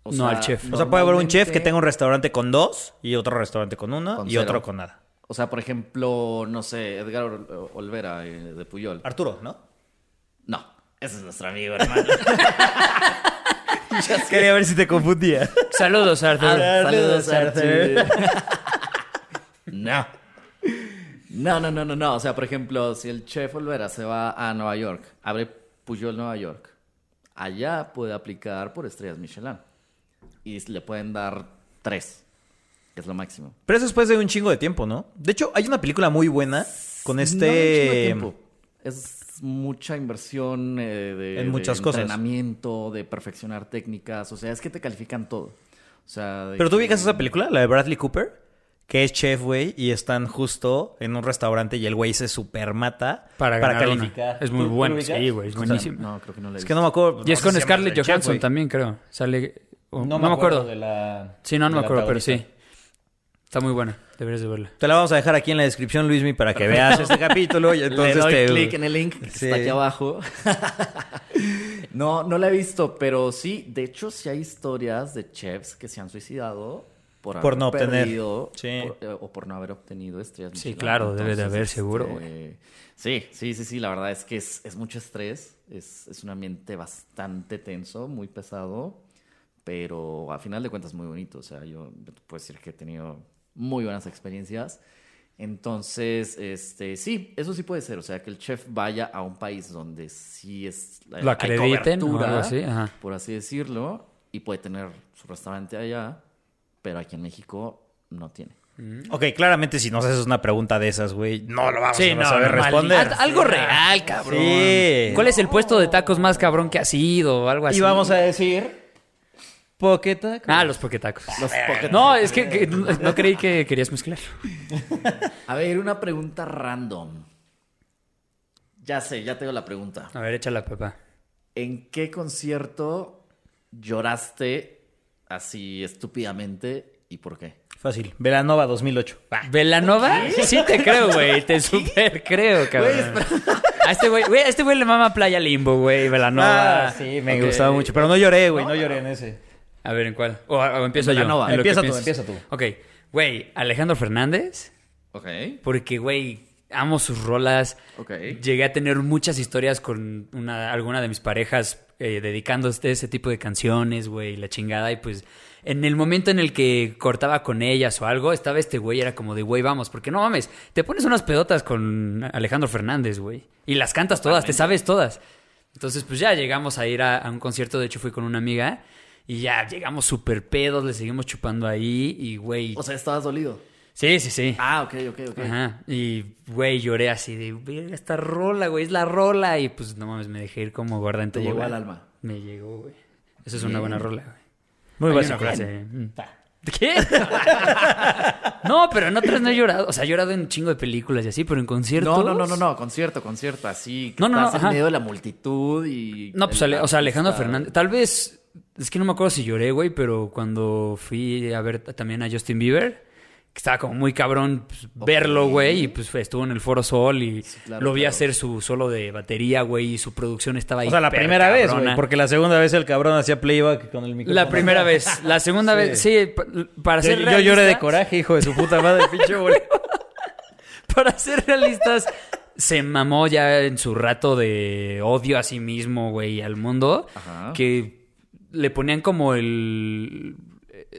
[SPEAKER 3] O
[SPEAKER 1] No al chef.
[SPEAKER 2] O sea, puede haber un chef que
[SPEAKER 3] normalmente-
[SPEAKER 2] tenga un restaurante con dos y otro restaurante con uno
[SPEAKER 3] Con
[SPEAKER 2] y
[SPEAKER 3] cero.
[SPEAKER 2] otro con nada.
[SPEAKER 3] O sea, por ejemplo, no sé, Edgar Ol- Olvera eh, de Puyol.
[SPEAKER 2] Arturo, ¿no?
[SPEAKER 3] No, ese es nuestro amigo, hermano.
[SPEAKER 2] Quería ver si te confundía.
[SPEAKER 1] Saludos,
[SPEAKER 2] Ah,
[SPEAKER 1] Arthur.
[SPEAKER 3] Saludos,
[SPEAKER 2] Arthur.
[SPEAKER 3] Arthur. no. No, no, no, no, no. O sea, por ejemplo, si el chef Olvera se va a Nueva York, abre Puyol Nueva York, allá puede aplicar por estrellas Michelin. Y le pueden dar tres, que es lo máximo.
[SPEAKER 2] Pero eso después de un chingo de tiempo, ¿no? De hecho, hay una película muy buena con
[SPEAKER 3] No, no es chingo de
[SPEAKER 2] este.
[SPEAKER 3] tiempo. Es mucha inversión eh, de,
[SPEAKER 2] En
[SPEAKER 3] de
[SPEAKER 2] muchas cosas.
[SPEAKER 3] entrenamiento, de perfeccionar técnicas. O sea, es que te califican todo. O sea, de
[SPEAKER 2] Pero tú
[SPEAKER 3] que-
[SPEAKER 2] ubicas esa película, la de Bradley Cooper, que es chef, güey, y están justo en un restaurante y el güey se supermata
[SPEAKER 1] Para, ganar una.
[SPEAKER 2] calificar.
[SPEAKER 1] Es
[SPEAKER 2] ¿Tú-
[SPEAKER 1] muy
[SPEAKER 2] tú
[SPEAKER 1] bueno.
[SPEAKER 2] ubicas?
[SPEAKER 1] Sí, güey, es
[SPEAKER 3] O sea,
[SPEAKER 1] buenísimo.
[SPEAKER 3] no, creo que no le
[SPEAKER 2] Es que no me acuerdo.
[SPEAKER 1] Y es
[SPEAKER 2] no
[SPEAKER 1] con
[SPEAKER 2] sé si se llama
[SPEAKER 1] Scarlett
[SPEAKER 2] el chef,
[SPEAKER 1] Johansson
[SPEAKER 2] güey.
[SPEAKER 1] también, creo. Sale. o-
[SPEAKER 2] No, me acuerdo. de la-
[SPEAKER 1] Sí, no, no
[SPEAKER 2] de
[SPEAKER 1] me
[SPEAKER 2] la Eh,
[SPEAKER 1] acuerdo, pero sí.
[SPEAKER 2] protagonista.
[SPEAKER 1] Está muy buena. Deberías de verla.
[SPEAKER 2] Te la vamos a dejar aquí en la descripción, Luismi, para que veas este capítulo y entonces
[SPEAKER 3] Le doy
[SPEAKER 2] te.
[SPEAKER 3] clic en el link que
[SPEAKER 2] Sí.
[SPEAKER 3] está aquí abajo. no, no la he visto, pero sí, de hecho sí hay historias de chefs que se han suicidado por, haber
[SPEAKER 2] no obtener.
[SPEAKER 3] perdido
[SPEAKER 2] Sí.
[SPEAKER 3] por- eh, o por no haber obtenido estrellas.
[SPEAKER 1] Sí,
[SPEAKER 3] Michelin.
[SPEAKER 1] claro, debe de haber, seguro,
[SPEAKER 3] este, Sí, sí, sí, sí, la verdad es que es, es mucho estrés, es, es un ambiente bastante tenso, muy pesado, pero a final de cuentas muy bonito, o sea, yo te puedo decir que he tenido muy buenas experiencias. Entonces, este, sí, eso sí puede ser, o sea, que el chef vaya a un país donde sí es
[SPEAKER 1] Lo acrediten o
[SPEAKER 3] cobertura,
[SPEAKER 1] algo así, ajá.
[SPEAKER 3] por así decirlo, y puede tener su restaurante allá, pero aquí en México no tiene.
[SPEAKER 2] Ok, claramente si nos haces una pregunta de esas, güey, no lo vamos
[SPEAKER 1] Sí,
[SPEAKER 2] a
[SPEAKER 1] no,
[SPEAKER 2] saber
[SPEAKER 1] normal.
[SPEAKER 2] responder.
[SPEAKER 1] Haz algo
[SPEAKER 2] ah,
[SPEAKER 1] real, cabrón.
[SPEAKER 2] Sí.
[SPEAKER 1] ¿Cuál es el puesto de tacos más cabrón que has ido o algo así?
[SPEAKER 2] Y vamos a decir. Poqueta.
[SPEAKER 1] Ah, los poquetacos.
[SPEAKER 3] Los pocket-
[SPEAKER 1] No, es que, que no no creí que querías mezclar.
[SPEAKER 3] A ver, una pregunta random. Ya sé, ya tengo la pregunta.
[SPEAKER 1] A ver, échala, papá.
[SPEAKER 3] ¿En qué concierto lloraste así estúpidamente y por qué?
[SPEAKER 2] Fácil. Velanova 2008.
[SPEAKER 1] Ah,
[SPEAKER 2] Va.
[SPEAKER 1] ¿Velanova? Sí te creo, güey. Te super creo, cabrón. A este güey, güey, a este güey le mama Playa Limbo, güey, Velanova.
[SPEAKER 2] Ah, sí, me
[SPEAKER 1] Ok.
[SPEAKER 2] gustaba mucho. Pero no lloré, güey, no lloré en ese.
[SPEAKER 1] A ver, ¿en cuál? O, o empiezo yo.
[SPEAKER 2] Velanova.
[SPEAKER 1] en lo que
[SPEAKER 2] Empieza tú,
[SPEAKER 1] piensas.
[SPEAKER 2] empieza tú.
[SPEAKER 1] Ok. Güey, Alejandro Fernández,
[SPEAKER 3] Ok.
[SPEAKER 1] porque, güey, amo sus rolas.
[SPEAKER 3] Ok.
[SPEAKER 1] Llegué a tener muchas historias con una, alguna de mis parejas eh, dedicándose a ese tipo de canciones, güey, la chingada. Y pues, en el momento en el que cortaba con ellas o algo, estaba este güey, era como de, güey, vamos, porque no mames, te pones unas pedotas con Alejandro Fernández, güey. Y las cantas todas, te sabes todas. Entonces, pues ya llegamos a ir a, a un concierto. De hecho, fui con una amiga. Y ya llegamos súper pedos, le seguimos chupando ahí. Y, güey.
[SPEAKER 3] O sea, estabas dolido.
[SPEAKER 1] Sí, sí, sí.
[SPEAKER 3] Ah, ok, ok, ok.
[SPEAKER 1] Ajá. Y, güey, lloré así de, verga, esta rola, güey, es la rola. Y pues, no mames, me dejé ir como gorda en tu
[SPEAKER 3] Te llegó al alma.
[SPEAKER 1] Me llegó, güey. Eso es una buena rola, güey.
[SPEAKER 2] Muy
[SPEAKER 1] Hay una
[SPEAKER 2] básico.
[SPEAKER 1] frase, mm. ¿Qué? no, pero en otras no he llorado. O sea, he llorado en un chingo de películas y así, pero en conciertos.
[SPEAKER 3] No, no, no, no, no, concierto, concierto, así. Que
[SPEAKER 1] No, no, no,
[SPEAKER 3] estás en
[SPEAKER 1] ajá.
[SPEAKER 3] medio de la multitud y.
[SPEAKER 1] No, pues
[SPEAKER 3] el
[SPEAKER 1] Ale- o sea, Alejandro
[SPEAKER 3] artista-
[SPEAKER 1] Fernández. Tal vez. Es que no me acuerdo si lloré, güey, pero cuando fui a ver también a Justin Bieber, que estaba como muy cabrón pues, verlo, güey, y pues fue- estuvo en el Foro Sol y
[SPEAKER 3] claro,
[SPEAKER 1] lo vi
[SPEAKER 3] claro.
[SPEAKER 1] hacer su solo de batería, güey, y su producción estaba ahí.
[SPEAKER 2] O sea, la primera vez, güey.
[SPEAKER 1] güey.
[SPEAKER 2] Porque la segunda vez el cabrón hacía playback con el micrófono.
[SPEAKER 1] La primera vez. La segunda vez. Sí, pa- para
[SPEAKER 2] Yo,
[SPEAKER 1] ser
[SPEAKER 2] yo lloré de
[SPEAKER 1] realistas-
[SPEAKER 2] coraje, hijo de su puta madre, pinche güey.
[SPEAKER 1] Para ser realistas, se mamó ya en su rato de odio a sí mismo, güey, y al mundo.
[SPEAKER 3] Ajá.
[SPEAKER 1] Que le ponían como el.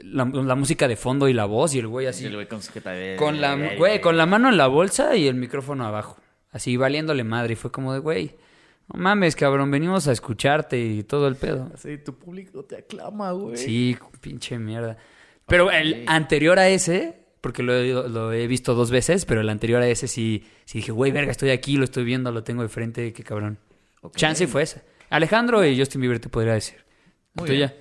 [SPEAKER 1] La, la música de fondo y la voz, y el güey así.
[SPEAKER 3] Sí, el güey con su jeta de-
[SPEAKER 1] con la,
[SPEAKER 3] de-
[SPEAKER 1] güey, con la mano en la bolsa y el micrófono abajo. Así valiéndole madre. Y fue como de, güey, no mames, cabrón, venimos a escucharte y todo el pedo.
[SPEAKER 3] Así, tu público te aclama, güey.
[SPEAKER 1] Sí, pinche mierda. Pero el anterior a ese, porque lo, he- lo he visto dos veces, pero el anterior a ese sí, sí dije, güey, verga, estoy aquí, lo estoy viendo, lo tengo de frente, qué cabrón.
[SPEAKER 3] Ok.
[SPEAKER 1] Chance fue esa. Alejandro y Justin Bieber te podría decir.
[SPEAKER 3] Muy
[SPEAKER 1] Tú
[SPEAKER 3] bien.
[SPEAKER 1] ya.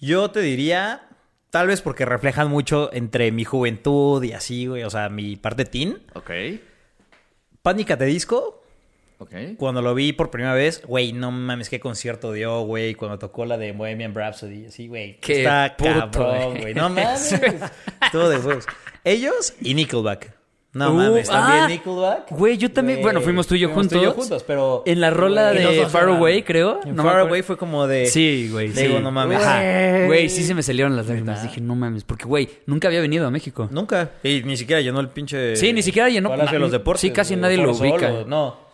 [SPEAKER 2] Yo te diría, tal vez porque reflejan mucho entre mi juventud y así, güey. O sea, mi parte teen.
[SPEAKER 3] Ok,
[SPEAKER 2] Pánica de disco.
[SPEAKER 3] ok.
[SPEAKER 2] Cuando lo vi por primera vez, güey, no mames, qué concierto dio, güey. Cuando tocó la de Bohemian Rhapsody, así, güey.
[SPEAKER 1] Qué
[SPEAKER 2] Está
[SPEAKER 1] puto eh.
[SPEAKER 2] cabrón,
[SPEAKER 1] eres.
[SPEAKER 2] güey. No mames. Todo de huevos. Ellos y Nickelback. No
[SPEAKER 1] Uh,
[SPEAKER 2] mames, también
[SPEAKER 1] ah,
[SPEAKER 2] Nickelback.
[SPEAKER 1] Güey, yo también.
[SPEAKER 2] Güey,
[SPEAKER 1] Bueno, fuimos tú y yo
[SPEAKER 2] fuimos
[SPEAKER 1] juntos.
[SPEAKER 2] juntos, pero.
[SPEAKER 1] En la rola
[SPEAKER 2] Güey,
[SPEAKER 1] de
[SPEAKER 2] nosotros
[SPEAKER 1] Far
[SPEAKER 2] llorando.
[SPEAKER 1] Away, creo.
[SPEAKER 2] En
[SPEAKER 1] No me
[SPEAKER 2] Far
[SPEAKER 1] acuerdo.
[SPEAKER 2] Away fue como de.
[SPEAKER 1] Sí, güey.
[SPEAKER 2] Le
[SPEAKER 1] sí.
[SPEAKER 2] digo, no mames.
[SPEAKER 1] Ajá.
[SPEAKER 2] Güey.
[SPEAKER 1] Güey, sí se me salieron las lágrimas. Dije, no mames. Porque, güey, nunca había venido a México.
[SPEAKER 2] Nunca. Y ni siquiera llenó el pinche.
[SPEAKER 1] Sí, ni siquiera llenó-
[SPEAKER 2] Palacio de los
[SPEAKER 1] na-
[SPEAKER 2] Deportes.
[SPEAKER 1] sí, casi
[SPEAKER 2] güey,
[SPEAKER 1] nadie lo
[SPEAKER 2] Foro Sol,
[SPEAKER 1] ubica.
[SPEAKER 2] o- No.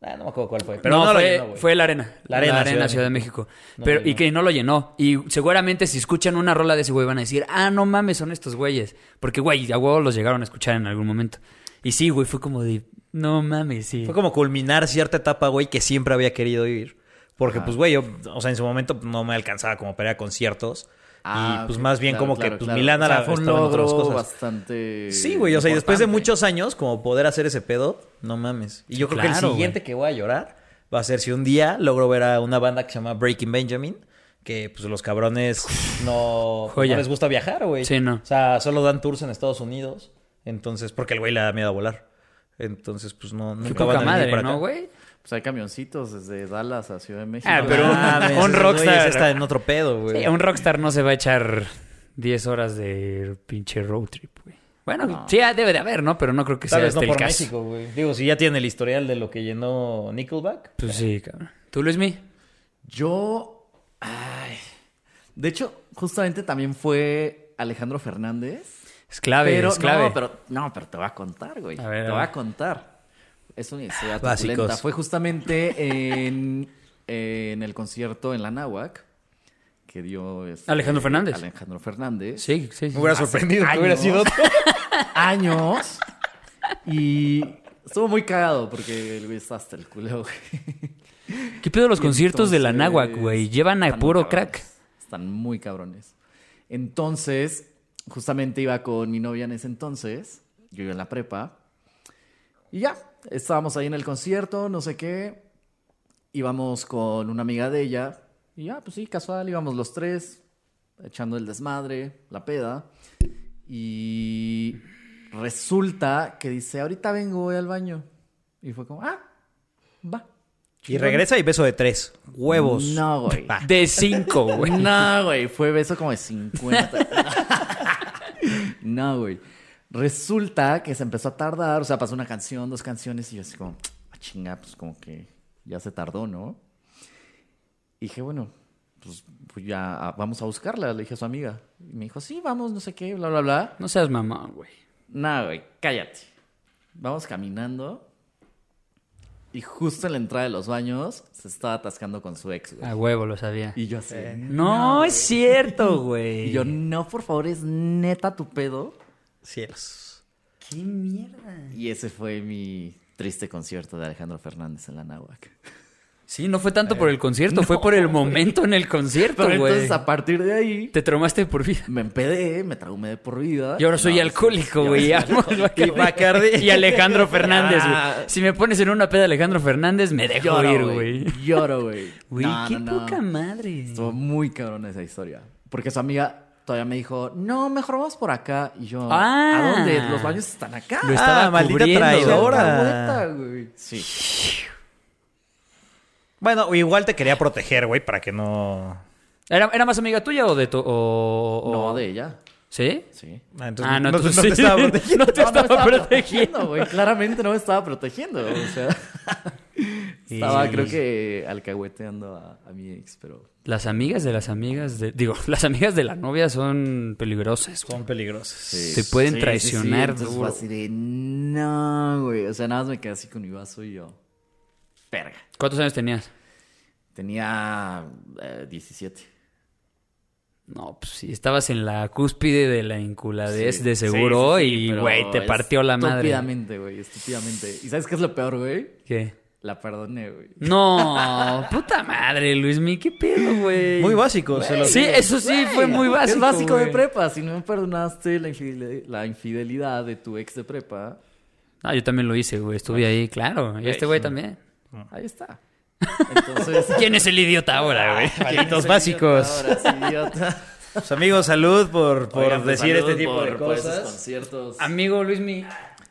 [SPEAKER 2] Ah, no me acuerdo cuál fue. Pero
[SPEAKER 1] Pero
[SPEAKER 2] no,
[SPEAKER 1] no,
[SPEAKER 2] lo
[SPEAKER 1] fue,
[SPEAKER 2] llenó, güey.
[SPEAKER 1] fue la arena.
[SPEAKER 2] La Arena, Ciudad de
[SPEAKER 1] Ciudad de México.
[SPEAKER 2] No
[SPEAKER 1] pero,
[SPEAKER 2] lo
[SPEAKER 1] y
[SPEAKER 2] llenó.
[SPEAKER 1] que no lo llenó. Y seguramente si escuchan una rola de ese güey van a decir, ah, no mames, son estos güeyes. Porque, güey, a huevo los llegaron a escuchar en algún momento. Y sí, güey, fue como de, no mames, sí.
[SPEAKER 2] Fue como culminar cierta etapa, güey, que siempre había querido ir. Porque, pues, güey, yo, o sea, en su momento no me alcanzaba como para ir a conciertos.
[SPEAKER 3] Ah,
[SPEAKER 2] y, pues,
[SPEAKER 3] ok,
[SPEAKER 2] más bien
[SPEAKER 3] claro,
[SPEAKER 2] como que,
[SPEAKER 3] claro,
[SPEAKER 2] pues,
[SPEAKER 3] claro.
[SPEAKER 2] Milán
[SPEAKER 3] O sea,
[SPEAKER 2] era-
[SPEAKER 3] fue un
[SPEAKER 2] estaba en otras
[SPEAKER 3] logro
[SPEAKER 2] cosas.
[SPEAKER 3] bastante.
[SPEAKER 2] Sí,
[SPEAKER 1] eh,
[SPEAKER 2] güey, o sea, y después de
[SPEAKER 3] importante.
[SPEAKER 2] muchos años, como poder hacer ese pedo, no mames. Y yo creo que
[SPEAKER 1] Claro,
[SPEAKER 2] el siguiente que voy a llorar va a ser si un día logro ver a una banda que se llama Breaking Benjamin, que pues los cabrones no, no
[SPEAKER 1] Joya.
[SPEAKER 2] les gusta viajar, güey.
[SPEAKER 1] Sí, no.
[SPEAKER 2] O sea, solo dan tours en Estados Unidos. Entonces, porque el güey le da miedo a volar. Entonces, pues no,
[SPEAKER 1] Qué
[SPEAKER 2] nunca van
[SPEAKER 1] poca
[SPEAKER 2] a venir
[SPEAKER 1] madre,
[SPEAKER 2] para acá.
[SPEAKER 1] ¿no, güey?
[SPEAKER 3] Pues hay camioncitos desde Dallas a Ciudad de México.
[SPEAKER 1] Ah, pero un-
[SPEAKER 2] mames,
[SPEAKER 1] un
[SPEAKER 2] esos
[SPEAKER 1] rockstar.
[SPEAKER 2] güeyes Está en otro pedo, güey.
[SPEAKER 1] Sí, un rockstar no se va a echar 10 horas de pinche road trip, güey. Bueno, sí, ah, debe de haber, ¿no? Pero no creo que
[SPEAKER 2] Tal
[SPEAKER 1] sea
[SPEAKER 2] vez no
[SPEAKER 1] este el
[SPEAKER 2] por
[SPEAKER 1] caso.
[SPEAKER 2] México, güey. Digo, si ya tiene el historial de lo que llenó Nickelback.
[SPEAKER 1] Pues sí, cabrón. ¿Tú, Luismi?
[SPEAKER 3] Yo. Ay. De hecho, justamente también fue Alejandro Fernández.
[SPEAKER 1] Es clave,
[SPEAKER 3] pero,
[SPEAKER 1] es clave.
[SPEAKER 3] No, pero, no, pero te voy a contar, güey.
[SPEAKER 1] A ver,
[SPEAKER 3] te
[SPEAKER 1] a
[SPEAKER 3] voy
[SPEAKER 1] ver.
[SPEAKER 3] a contar. Es una historia
[SPEAKER 2] Básicos.
[SPEAKER 3] turbulenta. Fue justamente en, en el concierto en la Náhuac que dio... este,
[SPEAKER 1] Alejandro Fernández.
[SPEAKER 3] Alejandro Fernández.
[SPEAKER 1] Sí, sí. sí.
[SPEAKER 2] Me hubiera sorprendido que hubiera
[SPEAKER 3] años.
[SPEAKER 2] sido otro.
[SPEAKER 3] Años. Y estuvo muy cagado porque el güey está hasta el culo, güey.
[SPEAKER 1] ¿Qué pedo los
[SPEAKER 3] Y
[SPEAKER 1] conciertos de la
[SPEAKER 3] entonces,
[SPEAKER 1] Náhuac, güey? Llevan a
[SPEAKER 3] están muy
[SPEAKER 1] puro
[SPEAKER 3] cabrones.
[SPEAKER 1] crack.
[SPEAKER 3] Están muy cabrones. Entonces, justamente iba con mi novia en ese entonces. Yo iba en la prepa. Y ya, estábamos ahí en el concierto, no sé qué. Íbamos con una amiga de ella. Y ya, pues sí, casual, íbamos los tres. Echando el desmadre, la peda. Y resulta que dice, ahorita vengo, voy al baño. Y fue como, ah, va.
[SPEAKER 2] Y regresa y beso de tres. Huevos.
[SPEAKER 3] No, güey.
[SPEAKER 2] Pa.
[SPEAKER 1] De cinco, güey.
[SPEAKER 3] No, güey, fue beso como de 50. no, güey. Resulta que se empezó a tardar, o sea, pasó una canción, dos canciones, y yo así como, a chinga, pues como que ya se tardó, ¿no? Y dije, bueno, pues, pues ya ah, vamos a buscarla, le dije a su amiga. Y me dijo, sí, vamos, no sé qué, bla, bla, bla.
[SPEAKER 1] No seas mamón, güey.
[SPEAKER 3] No, güey, cállate. Vamos caminando. Y justo en la entrada de los baños se estaba atascando con su ex, güey.
[SPEAKER 1] A huevo lo sabía.
[SPEAKER 3] Y yo así.
[SPEAKER 1] No, es cierto,
[SPEAKER 3] Y
[SPEAKER 1] güey.
[SPEAKER 3] yo, no, por favor, es neta tu pedo.
[SPEAKER 2] Cielos.
[SPEAKER 1] ¿Qué mierda?
[SPEAKER 3] Y ese fue mi triste concierto de Alejandro Fernández en la Náhuac.
[SPEAKER 1] Sí, no fue tanto por el concierto, fue por el momento en el concierto,
[SPEAKER 3] Pero
[SPEAKER 1] güey.
[SPEAKER 3] entonces, a partir de ahí,
[SPEAKER 1] Te traumaste por vida.
[SPEAKER 3] me empedé, me traumé de por vida.
[SPEAKER 1] Y ahora soy
[SPEAKER 3] No,
[SPEAKER 1] alcohólico,
[SPEAKER 3] sí,
[SPEAKER 1] güey.
[SPEAKER 3] ahora
[SPEAKER 1] Amo el Bacardi. Y Alejandro Fernández, güey. Si me pones en una peda Alejandro Fernández, me
[SPEAKER 3] soy-
[SPEAKER 1] dejo ir,
[SPEAKER 3] Lloro,
[SPEAKER 1] güey.
[SPEAKER 3] güey. Lloro, güey.
[SPEAKER 1] Güey,
[SPEAKER 3] No,
[SPEAKER 1] qué
[SPEAKER 3] no, no.
[SPEAKER 1] poca madre.
[SPEAKER 3] Estuvo muy cabrón esa historia. Porque su amiga todavía me dijo, no, mejor vamos por acá. Y yo,
[SPEAKER 1] Ah.
[SPEAKER 3] ¿a dónde? Los baños están acá.
[SPEAKER 1] Lo estaba
[SPEAKER 2] Ah, maldita
[SPEAKER 1] cubriendo.
[SPEAKER 2] traidora.
[SPEAKER 3] Ahora.
[SPEAKER 2] ahora.
[SPEAKER 3] güey. Sí.
[SPEAKER 2] Bueno, igual te quería proteger, güey, para que no.
[SPEAKER 1] ¿Era, era más amiga tuya o de tu... o- o-
[SPEAKER 3] No, de ella.
[SPEAKER 1] ¿Sí?
[SPEAKER 3] Sí.
[SPEAKER 2] Ah,
[SPEAKER 1] ah, no, tú
[SPEAKER 2] no
[SPEAKER 1] sí.
[SPEAKER 2] te estaba protegiendo.
[SPEAKER 1] No te
[SPEAKER 3] No, no me
[SPEAKER 1] estaba
[SPEAKER 3] estaba
[SPEAKER 1] protegiendo.
[SPEAKER 3] protegiendo, güey. Claramente no me estaba protegiendo. O sea, estaba, creo que, alcahueteando a, a mi ex, pero.
[SPEAKER 1] Las amigas de las amigas de... Digo, las amigas de la novia son peligrosas. güey.
[SPEAKER 2] Son peligrosos.
[SPEAKER 1] Te pueden traicionar
[SPEAKER 3] Entonces
[SPEAKER 1] duro.
[SPEAKER 3] fue así de, no, güey. O sea, nada más me quedé así con mi vaso y yo, verga.
[SPEAKER 1] ¿Cuántos años tenías?
[SPEAKER 3] Tenía eh, 17.
[SPEAKER 1] No, pues sí, estabas en la cúspide de la inculadez
[SPEAKER 3] Sí,
[SPEAKER 1] de
[SPEAKER 3] sí,
[SPEAKER 1] seguro
[SPEAKER 3] sí, sí,
[SPEAKER 1] y,
[SPEAKER 3] pero
[SPEAKER 1] güey, te partió la madre.
[SPEAKER 3] Estúpidamente, güey, estúpidamente. ¿Y sabes qué es lo peor, güey?
[SPEAKER 1] ¿Qué?
[SPEAKER 3] La perdoné, güey.
[SPEAKER 1] No, puta madre, Luismi, qué pedo, güey.
[SPEAKER 2] Muy básico, se lo
[SPEAKER 1] Sí, eso Pues sí, fue muy básico.
[SPEAKER 3] Es básico de
[SPEAKER 1] güey.
[SPEAKER 3] prepa. Si no perdonaste la infidel- la infidelidad de tu ex de prepa,
[SPEAKER 1] Ah, yo también lo hice, güey. Estuve ahí, claro. Y este güey también.
[SPEAKER 3] ahí está. Entonces.
[SPEAKER 1] ¿Quién es el idiota ahora, güey?
[SPEAKER 2] Palitos básicos.
[SPEAKER 3] Ahora sí, idiota.
[SPEAKER 2] Pues, amigos, salud por, por
[SPEAKER 3] Oigan, pues,
[SPEAKER 2] decir este
[SPEAKER 3] saludos
[SPEAKER 2] tipo
[SPEAKER 3] por-
[SPEAKER 2] de
[SPEAKER 3] por esos
[SPEAKER 2] cosas. Ah,
[SPEAKER 3] conciertos.
[SPEAKER 1] Amigo Luismi,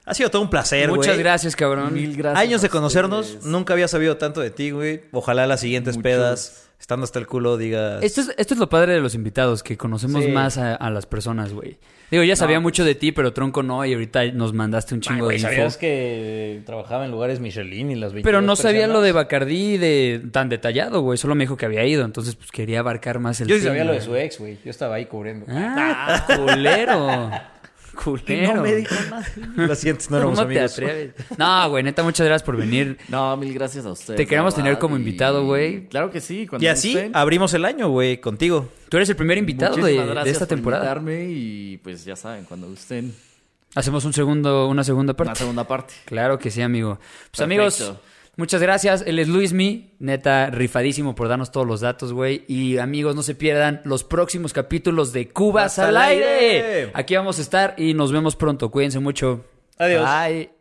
[SPEAKER 2] Ha sido todo un placer, güey.
[SPEAKER 1] muchas gracias, cabrón.
[SPEAKER 3] Mil gracias.
[SPEAKER 2] Años de
[SPEAKER 3] a
[SPEAKER 2] conocernos,
[SPEAKER 3] ustedes.
[SPEAKER 2] nunca había sabido tanto de ti, güey. Ojalá las siguientes
[SPEAKER 3] Muchos.
[SPEAKER 2] pedas, estando hasta el culo, digas.
[SPEAKER 1] Esto es, esto es lo padre de los invitados, que conocemos
[SPEAKER 2] Sí. pues
[SPEAKER 1] más a, a las personas, güey. Digo, ya sabía mucho de ti, pero Tronco no, y ahorita nos mandaste un
[SPEAKER 2] Ay,
[SPEAKER 1] chingo
[SPEAKER 2] güey,
[SPEAKER 1] de info.
[SPEAKER 2] sabías que trabajaba en lugares Michelin y las 22
[SPEAKER 1] Pero no sabía
[SPEAKER 2] personas?
[SPEAKER 1] lo de Bacardí de, tan detallado, güey. Solo me dijo que había ido, entonces pues quería abarcar más el
[SPEAKER 2] Yo sí
[SPEAKER 1] tema.
[SPEAKER 2] sabía lo de su ex, güey. Yo estaba ahí cubriendo.
[SPEAKER 1] Ah, culero.
[SPEAKER 3] Y
[SPEAKER 1] Culero.
[SPEAKER 3] no me dijo nada.
[SPEAKER 2] Lo siento, no
[SPEAKER 1] ¿Cómo
[SPEAKER 2] éramos
[SPEAKER 1] te
[SPEAKER 2] amigos.
[SPEAKER 1] atreves? No, güey, neta, muchas gracias por venir.
[SPEAKER 3] No, mil gracias a ustedes.
[SPEAKER 1] Te queremos
[SPEAKER 3] la
[SPEAKER 1] tener
[SPEAKER 3] verdad,
[SPEAKER 1] como invitado, güey.
[SPEAKER 3] Claro que sí. Cuando
[SPEAKER 2] Y así
[SPEAKER 3] gusten.
[SPEAKER 2] abrimos el año, güey, contigo.
[SPEAKER 1] Tú eres el primer invitado de,
[SPEAKER 3] Muchísimas
[SPEAKER 1] de
[SPEAKER 3] gracias
[SPEAKER 1] esta
[SPEAKER 3] por
[SPEAKER 1] temporada.
[SPEAKER 3] invitarme y pues ya saben, cuando gusten,
[SPEAKER 1] Hacemos un segundo, una segunda
[SPEAKER 3] una
[SPEAKER 1] parte.
[SPEAKER 3] segunda parte.
[SPEAKER 1] Claro que sí, amigo. Pues
[SPEAKER 3] Perfecto.
[SPEAKER 1] amigos, muchas gracias. Él es Luismi, neta, rifadísimo por darnos todos los datos, güey. Y amigos, no se pierdan los próximos capítulos de Cubas
[SPEAKER 2] ¡Hasta
[SPEAKER 1] al
[SPEAKER 2] el
[SPEAKER 1] aire.
[SPEAKER 2] aire!
[SPEAKER 1] Aquí vamos a estar y nos vemos pronto. Cuídense mucho.
[SPEAKER 2] Adiós.
[SPEAKER 1] Bye.